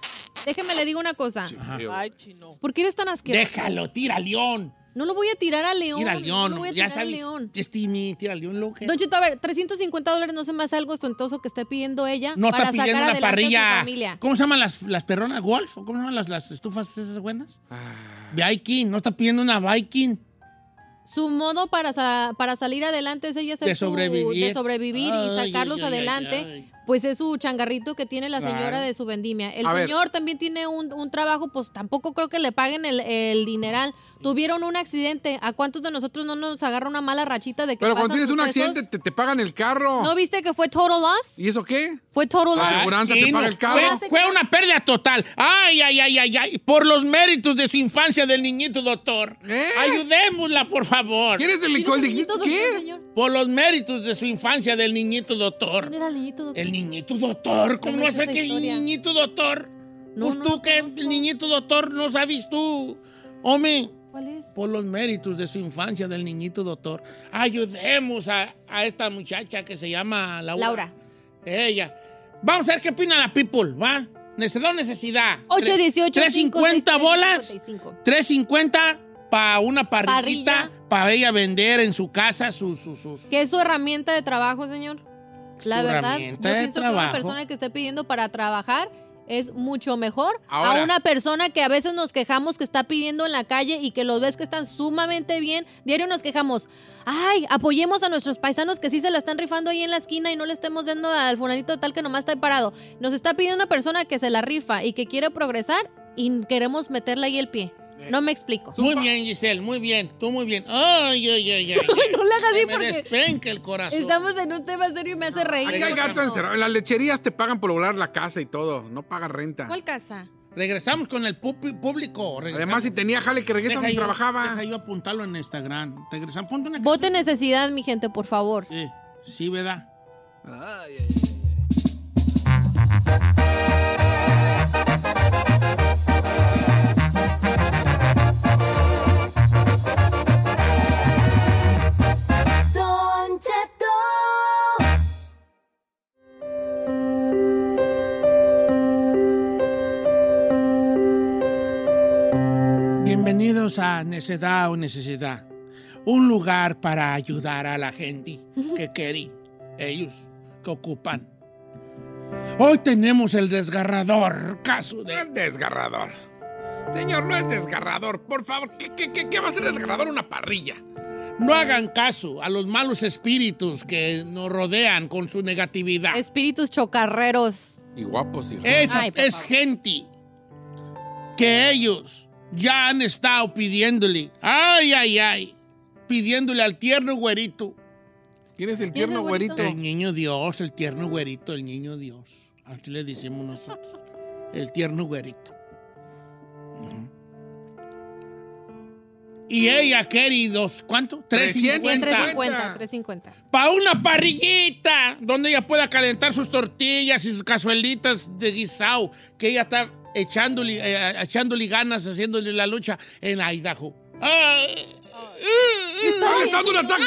déjeme le digo una cosa.
Ay, chino.
¿Por qué eres tan asqueroso?
Déjalo, tira al león.
No lo voy a tirar a León.
Tira al
no lo voy a
león. Ya
tirar a
sabes.
León.
Destiny, tira al león, lo que.
Don Cheto, a ver, 350 dólares no se me hace algo estontoso que esté pidiendo ella
No
Ah, para
está pidiendo
sacar
una
adelante a su
parrilla.
familia.
¿Cómo se llaman las, las perronas? ¿Golf? ¿O ¿Cómo se llaman las, las estufas esas buenas?
Ah.
Viking, no está pidiendo una Viking.
Su modo para, sa- para salir adelante es ella hacer
De
su-
sobrevivir.
de sobrevivir
Ay,
y sacarlos
ay, ay,
adelante.
ay.
Pues es su changarrito que tiene la señora
Claro.
de su vendimia. El
A ver.
señor también tiene un, un trabajo, pues tampoco creo que le paguen el, el dineral. Tuvieron un accidente. ¿A cuántos de nosotros no nos agarra una mala rachita de que
Pero cuando
pasan
tienes un
sucesos?
accidente, te, te pagan el carro.
¿No viste que fue total loss?
¿Y eso qué?
Fue total loss.
La aseguranza te
Ah, Sí,
paga
no,
el carro.
Fue, fue una pérdida total. Ay, ay, ay, ay, ay. Por los méritos de su infancia del niñito, doctor. Ayudémosla, por favor.
¿Eh? ¿Quieres del licor del niñito? ¿Qué?
Por los méritos de su infancia del niñito, doctor.
era el niñito doctor?
El niñito doctor. ¿Cómo
No
no
me
vas
sé
a
esa
que el
historia.
niñito doctor? pues tú que el niñito doctor no sabes tú. Hombre.
¿Cuál es?
Por los méritos de su infancia del niñito doctor. Ayudemos a, a esta muchacha que se llama Laura.
Laura.
Ella. Vamos a ver qué opina la people, ¿va? Necesidad o necesidad.
818
350 bolas.
55.
350 para una parrillita para ella vender en su casa sus sus sus
¿Qué es su herramienta de trabajo, señor? La
Su
verdad, yo
herramienta de
pienso que una
trabajo.
persona que esté pidiendo para trabajar es mucho mejor
Ahora.
a una persona que a veces nos quejamos que está pidiendo en la calle y que los ves que están sumamente bien. Diario nos quejamos, ay, apoyemos a nuestros paisanos que sí se la están rifando ahí en la esquina y no le estemos dando al fulanito tal que nomás está ahí parado. Nos está pidiendo una persona que se la rifa y que quiere progresar y queremos meterle ahí el pie. No me explico.
Muy bien, Giselle, muy bien, tú muy bien. Ay, ay, ay, ay. ay.
No le hagas así
me
porque
despenca el corazón.
Estamos en un tema serio y me hace reír.
Aquí hay gato encerrado. En las lecherías te pagan por volar la casa y todo. No pagan renta.
¿Cuál casa?
Regresamos con el pupi- público. regresamos.
Además, si tenía jale que regresa
Deja
donde
yo-
trabajaba.
Deja yo apuntarlo en Instagram. Regresamos. Ponte una
Vote necesidad, mi gente, por favor.
Sí, sí, ¿verdad?
Don Cheto.
Bienvenidos a Necedad o Necesidad. Un lugar para ayudar a la gente que quiere, ellos que ocupan. Hoy tenemos el desgarrador caso de...
desgarrador. Señor, no es desgarrador. Por favor, ¿qué, qué- qué- qué va a ser desgarrador una parrilla?
No hagan caso a los malos espíritus que nos rodean con su negatividad.
Espíritus chocarreros.
Y guapos, hijo.
Esa
Ay, por
es gente que ellos ya han estado pidiéndole, ay, ay, ay, pidiéndole al tierno güerito.
¿Quién es el tierno güerito?
El niño Dios, el tierno güerito, el niño Dios. Así le decimos nosotros. El tierno güerito. Ujú. Y ella, queridos, ¿cuánto?
350,
350.
350.
Para una parrillita donde ella pueda calentar sus tortillas y sus cazuelitas de guisado que ella está echándole, eh, echándole ganas, haciéndole la lucha en Idaho. ¡Ah!
¡Le está dando un ataque!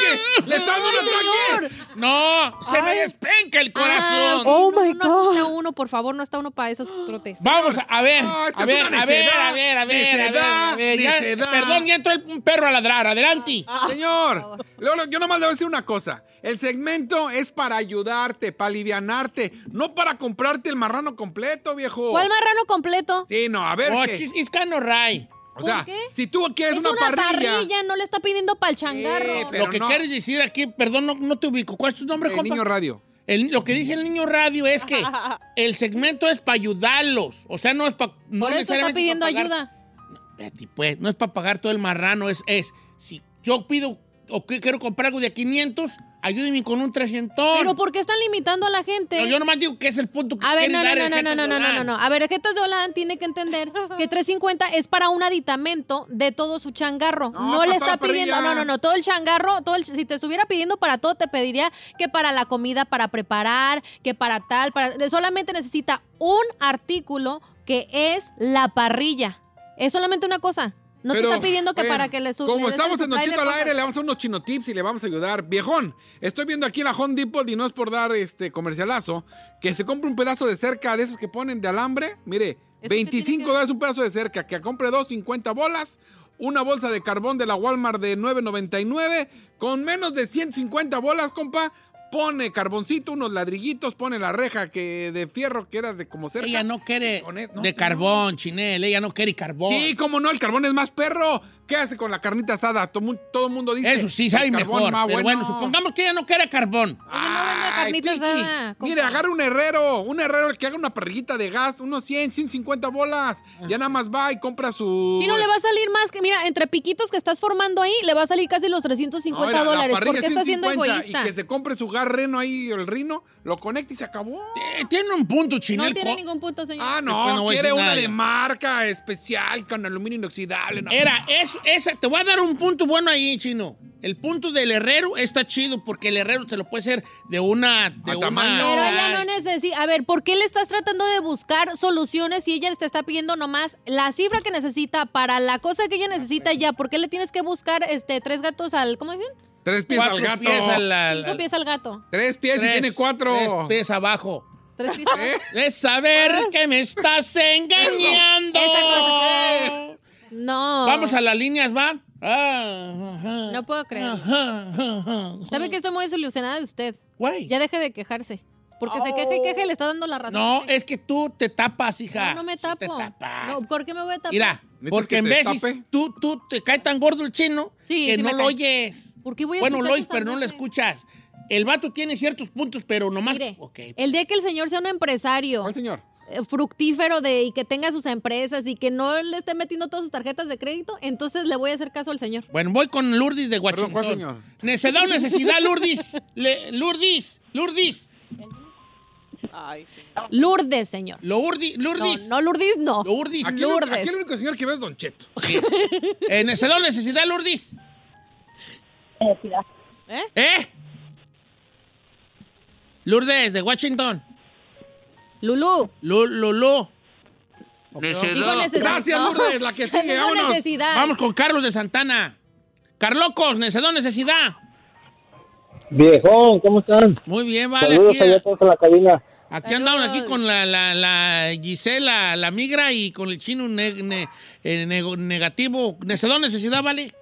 ¡Le está dando un ataque!
¡No! ¡Se me despenca el corazón!
oh my God. No está uno, por favor, no está uno para esos trotes.
Vamos a- a ver,
Ah, esto
a
es
ver,
una
a ver,
necedad,
a ver, a ver, a ver,
necedad,
a ver, ya-
necedad.
Perdón, ya entró el- un perro a ladrar, adelante.
Ah,
Señor, Lolo, yo nomás le voy a decir una cosa. El segmento es para ayudarte, para alivianarte, no para comprarte el marrano completo, viejo.
¿Cuál marrano completo?
Sí, no, a ver.
Oh,
que-
she's-
O sea,
¿Por qué?
si tú quieres una, parrilla. eh,
no le está pidiendo para el changarro.
lo que quieres decir aquí, perdón, no, no te ubico. ¿Cuál es tu nombre,
El
compa?
Niño Radio.
El- lo que dice el niño radio es que el segmento es para ayudarlos. O sea, no es para. No
Por eso está
necesariamente
pidiendo
pa' pagar-
ayuda.
Betty, pues, no es para pagar todo el marrano, es, es. Si yo pido o que quiero comprar algo de a 500, ayúdenme con un 300.
Pero ¿por qué están limitando a la gente?
No, yo nomás digo que es el punto que
A ver,
quiere
no, no,
dar
no,
el
no,
Jetas
no, no,
de
no, no, no,
Orán.
no. A ver, Jetas de Holán tiene que entender que 350 es para un aditamento de todo su changarro.
para
No, le
toda
está
la parrilla.
pidiendo, no, no, no, todo el changarro, todo el- si te estuviera pidiendo para todo, te pediría que para la comida, para preparar, que para tal, para... Solamente necesita un artículo que es la parrilla. Es solamente una cosa. No
Pero,
te está pidiendo que
oye,
para que le su- le
Como
des el
estamos en
supply de
Nochito al
cosas.
aire, le vamos a hacer unos chinotips y le vamos a ayudar. Viejón, estoy viendo aquí la Home Depot y no es por dar este comercialazo, que se compre un pedazo de cerca de esos que ponen de alambre. Mire, 25 dólares un pedazo de cerca, que compre dos, 50 bolas. Una bolsa de carbón de la Walmart de 9.99 con menos de 150 bolas, compa. Pone carboncito, unos ladrillitos, pone la reja que de fierro que era de como cerca. e-,
Ella no quiere de
señor.
carbón, Chinel, ella no quiere carbón.
Sí, cómo no, el carbón es más perro. ¿Qué hace con la carnita asada? Todo, mu- todo el mundo dice.
Eso sí,
el
sabe
carbón
mejor.
más
Pero bueno, supongamos que ella no quiere carbón.
Ay,
carnita
Piqui,
asada, compa.
Mire, agarra un herrero, un herrero que haga una parrillita de gas, unos 100, 150 bolas. Ya nada más va y compra su...
Chino, le va a salir más que, mira, entre piquitos que estás formando ahí, le va a salir casi los 350
Ahora, la
dólares.
parrilla
porque está siendo
150
egoísta?
Y que se compre su gas reno ahí, el rino, lo conecta y se acabó.
Tiene un punto,
no
Chinel.
tiene ningún punto, señor.
Ah, no,
Después no voy a
quiere
decir
una
nada
de
yo.
marca especial con aluminio inoxidable. no.
Era, es, esa, te voy a dar un punto bueno ahí, chino. El punto del herrero está chido porque el herrero te lo puede hacer de una. De una
Pero ella no necesita. A ver, ¿por qué le estás tratando de buscar soluciones si ella te está pidiendo nomás la cifra que necesita para la cosa que ella necesita ya? ¿Por qué le tienes que buscar este tres gatos al. ¿Cómo dicen?
Tres pies
Cuatro
al gato.
pies al- al-
Cinco pies al gato.
Tres pies y
Tres,
tiene cuatro.
Tres pies abajo.
Tres pies al gato.
¿Eh? Es saber que me estás engañando.
Esa cosa. No.
Vamos a las líneas, ¿va? Ah, ajá.
No puedo creer. ¿Sabe que estoy muy desilusionada de usted?
Guay.
Ya deje de quejarse. Porque se queja y queja y le está dando la razón.
Oh. No, es que tú te tapas, hija.
No, no me tapo. No, ¿por qué me voy a tapar?
Mira, porque en veces tú, tú te cae tan gordo el chino
Sí,
que
sí
no
me
lo
cae.
oyes.
¿Por qué voy a
Bueno,
escuchar
lo oyes,
sus
pero no lo
anuncios?
escuchas. El vato tiene ciertos puntos, pero nomás.
Mire,
Ok.
el día que el señor sea un empresario.
señor?
eh, fructífero de y que tenga sus empresas y que no le esté metiendo todas sus tarjetas de crédito, entonces le voy a hacer caso al señor.
Bueno, voy con Lourdes de Washington.
¿cuál señor?
Necedad o necesidad, Lourdes. Le- Lourdes, Lourdes.
Lourdes, señor.
Lourdes, Lourdes.
No, no Lourdes, no.
Lourdes.
Aquí, el- aquí el único señor que ve es Don Cheto.
Eh, necedad o necesidad, Lourdes.
¿Eh?
¿Eh? Lourdes de Washington.
Lulú.
Lulú.
Digo necesidad.
Gracias, Lourdes, la que sigue,
Digo
vámonos.
necesidad.
Vamos con Carlos de Santana. Carlocos, necedad o necesidad.
Viejón, ¿cómo están?
Muy bien, vale.
Saludos
Aquí,
allá a todos en la cabina.
aquí andamos aquí con la, la, la Gisela, la migra y con el chino ne- ne- eh, nego- negativo. Necedad o necesidad, vale.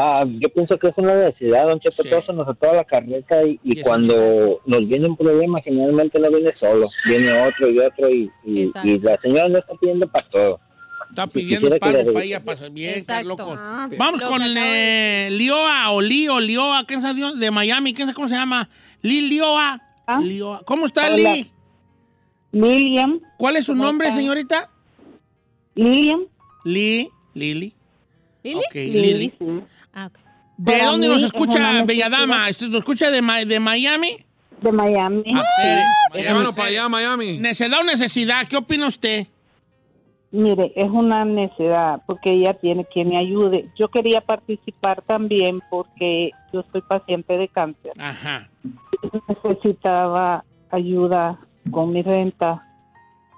Ah, yo pienso que es una necesidad, don Cheto,
Sí.
todo se nos atola la carreta y, y
Y eso
cuando nos viene un problema, generalmente no viene solo, viene otro y otro y, y-
Exacto.
y la señora no está pidiendo para todo.
Está
pidiendo
Pago para ella, pasa bien,
Exacto.
Carlocos.
Ah,
Vamos
lo
con
que acabo
eh, Lioa o Lio, Lioa, ¿quién sabe Dios? de Miami? ¿Quién sabe cómo se llama? Li Lioa. Lioa. ¿Cómo está,
Hola.
Li?
Lilian.
¿Cuál es su
¿Cómo
nombre,
está?
señorita?
Lilian.
Li, Lili.
¿Lili?
Ok, Lili.
Ah, ok.
¿De
Para
dónde
mí
nos
es una
escucha, bella
necesidad.
dama? ¿Esto ¿Nos escucha de, Ma- de Miami? Ah,
De Miami.
Llévanos para allá, Miami.
Necesidad o necesidad, ¿qué opina usted?
Mire, es una necesidad porque ella tiene que me ayude. Yo quería participar también porque yo soy paciente de cáncer.
Ah. Ajá.
Necesitaba ayuda con mi renta.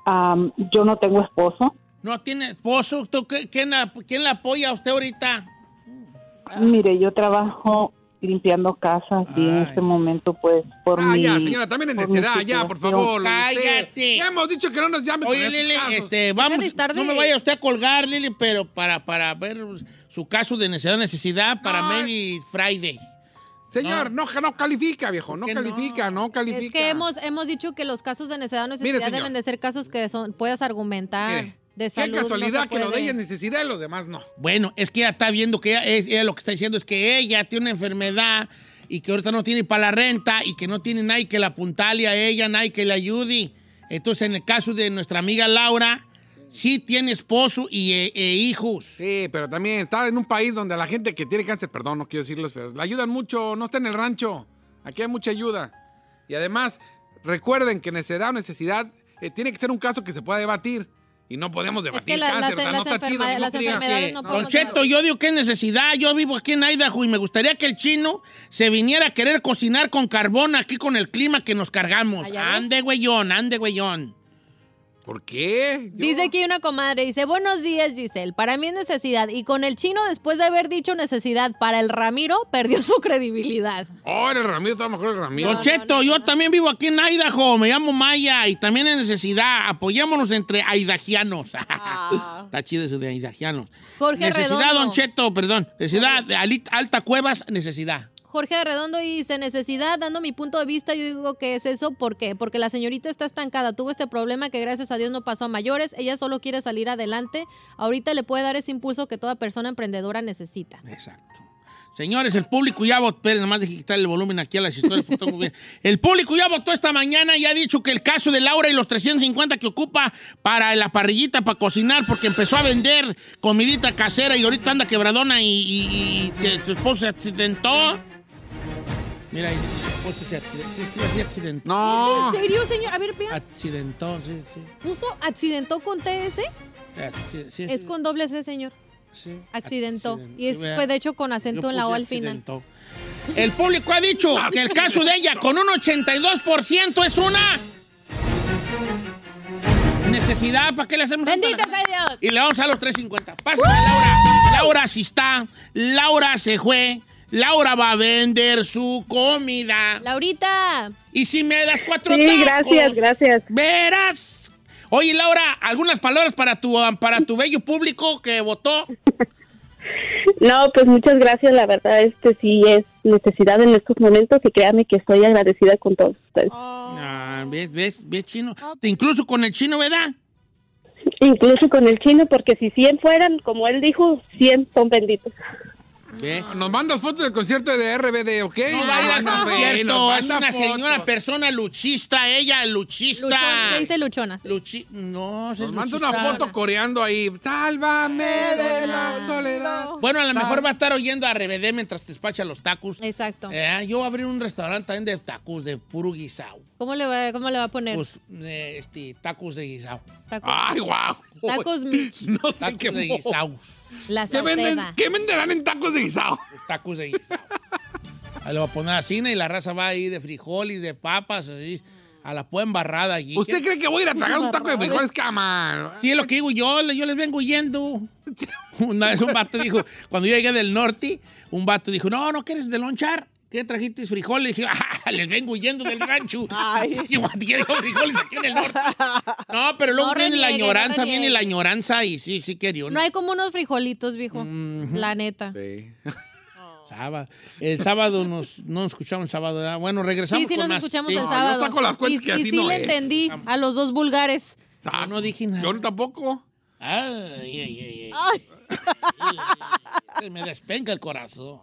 Am, yo no tengo esposo.
¿No tiene esposo? ¿Tú qué- quién, la, quién la apoya a usted ahorita?
Mire, yo trabajo limpiando casas y en este momento, pues, por
Ah,
mi...
ya, señora, también en
por mi
necedad, ya, por
situación.
favor.
Cállate.
Ya hemos dicho que no nos llame.
Oye, Lili, este, vamos. No me vaya usted a colgar, Lili, pero para, para ver su caso de necesidad, necesidad para Medi Friday.
Señor, no, no califica, viejo, no califica, no, califica.
Es que hemos, hemos dicho que los casos de necesidad o necesidad
señor.
deben de ser casos que son, puedas argumentar.
Mire,
de
Qué
salud, no se
casualidad que lo de
puede.
ella es necesidad y los demás no.
Bueno, es que ella está viendo que ella, es- ella lo que está diciendo es que ella tiene una enfermedad y que ahorita no tiene para la renta y que no tiene nadie que la apuntale a ella, nadie que la ayude. Entonces, en el caso de nuestra amiga Laura, sí tiene esposo y eh, eh, hijos.
Sí, pero también está en un país donde la gente que tiene cáncer, perdón, no quiero decirles, pero la ayudan mucho, no está en el rancho. Aquí hay mucha ayuda. Y además, recuerden que necesidad o necesidad eh, tiene que ser un caso que se pueda debatir. Y no podemos debatir
la-
cáncer,
las-
o sea,
las
no está chido.
enfermedades-
no
las
quería-
enfermedades no
Don Cheto, yo digo qué necesidad. Yo vivo aquí en Idaho y me gustaría que el chino se viniera a querer cocinar con carbón aquí con el clima que nos cargamos. Ande, güeyón, ande, güeyón.
¿Por qué?
Dice aquí una comadre, dice, buenos días Giselle, para mí es necesidad. Y con el chino, después de haber dicho necesidad para el Ramiro, perdió su credibilidad.
Oh, el Ramiro, estaba mejor el Ramiro.
Don Cheto, yo también vivo aquí en Idaho. Me llamo Maya y también es necesidad. Apoyémonos entre aidajianos. Está chido eso de aidajianos.
Ah. Jorge
necesidad,
Redondo.
Don Cheto, perdón. Necesidad, de Ali- Alta Cuevas, necesidad.
Jorge Redondo dice, necesidad, dando mi punto de vista, yo digo que es eso, ¿por qué? Porque la señorita está estancada, tuvo este problema que gracias a Dios no pasó a mayores, ella solo quiere salir adelante, ahorita le puede dar ese impulso que toda persona emprendedora necesita.
Exacto. Señores, el público ya votó. Esperen, nada más dejé quitar el volumen aquí a las historias. porque está muy bien. El público ya votó esta mañana y ha dicho que el caso de Laura y los 350 que ocupa para la parrillita para cocinar, porque empezó a vender comidita casera y ahorita anda quebradona y, y- y que su esposo se accidentó. Mira, y su esposo se accidentó. Sí, sí, sí, accidentó.
¿En serio, señor? A ver, vean,
Accidentó, sí, sí.
puso accidentó con TS,
Acci- sí,
es
sí.
con doble C, señor.
Sí.
Accidentó.
Accidente,
y es,
sí, vea.
fue de hecho con acento
Yo
en la O
puse
al final.
accidentó. El público ha dicho que el caso de ella con un 82% es una necesidad. ¿Para qué le hacemos tanta-
¡Bendito sea Dios!
Y le vamos a los 350. Pásame, Laura. Laura sí está. Laura se fue. Laura va a vender su comida.
Laurita.
Y si me das cuatro
Sí,
tacos,
gracias, gracias.
Verás. Oye, Laura, algunas palabras para tu, para tu bello público que votó.
No, pues muchas gracias, la verdad, este sí es necesidad en estos momentos y créanme que estoy agradecida con todos ustedes.
Ah, ¿ves, ves, ves chino?
Ah,
Incluso con el chino, ¿verdad?
Incluso con el chino, porque si 100 fueran, como él dijo, 100 son benditos.
Nos mandas fotos del concierto de RBD, ¿ok?
No va a ir al
Manda, güey, nos
concierto. Es
manda
una
fotos.
señora, persona luchista, ella luchista.
Luchona, ¿qué dice luchona?
Luchi- no, sí es
Nos manda
luchista.
una foto coreando ahí. Sálvame de la soledad.
Bueno, a lo mejor va a estar oyendo a RBD mientras despacha los tacos.
Exacto.
Eh, yo voy a abrir un restaurante también de tacos, de puro guisado.
¿Cómo le va, cómo le va a poner?
Pues, eh, este, tacos de guisado.
Tacos.
¡Ay, guau!
Tacos mix.
No sé
Tacos
qué
de guisado.
La
¿Qué, venden-
salsera.
qué venderán en tacos de guisado?
Los tacos de guisado. Ahí lo va a poner a cine y la raza va ahí de frijoles, de papas, así. A la púa embarrada allí.
¿Usted cree que voy a ir a tragar un taco de frijoles, cama?
Sí, es lo que digo yo, le- yo les vengo huyendo. Una vez un vato dijo, cuando yo llegué del norte, un vato dijo, no, no quieres de lonchar, ¿qué trajiste frijoles? dije, "Ah, les vengo huyendo del rancho. Sí, guau, quiero frijoles aquí en el norte. No, pero luego
No
viene la
reniegue, no
añoranza,
reniegue.
viene la añoranza y sí, sí quería
No
uno.
hay como unos frijolitos, viejo.
Mm,
La neta.
Sí.
Oh.
Sábado. El sábado nos, no nos escuchamos el sábado, ¿verdad? Bueno, regresamos
Sí, sí,
con
nos
más.
escuchamos
Sí.
el sábado. y, y sí le
es.
entendí a los dos vulgares.
Yo no dije nada.
Yo tampoco.
Ay, ay, ay, ay. Se me despenca el corazón.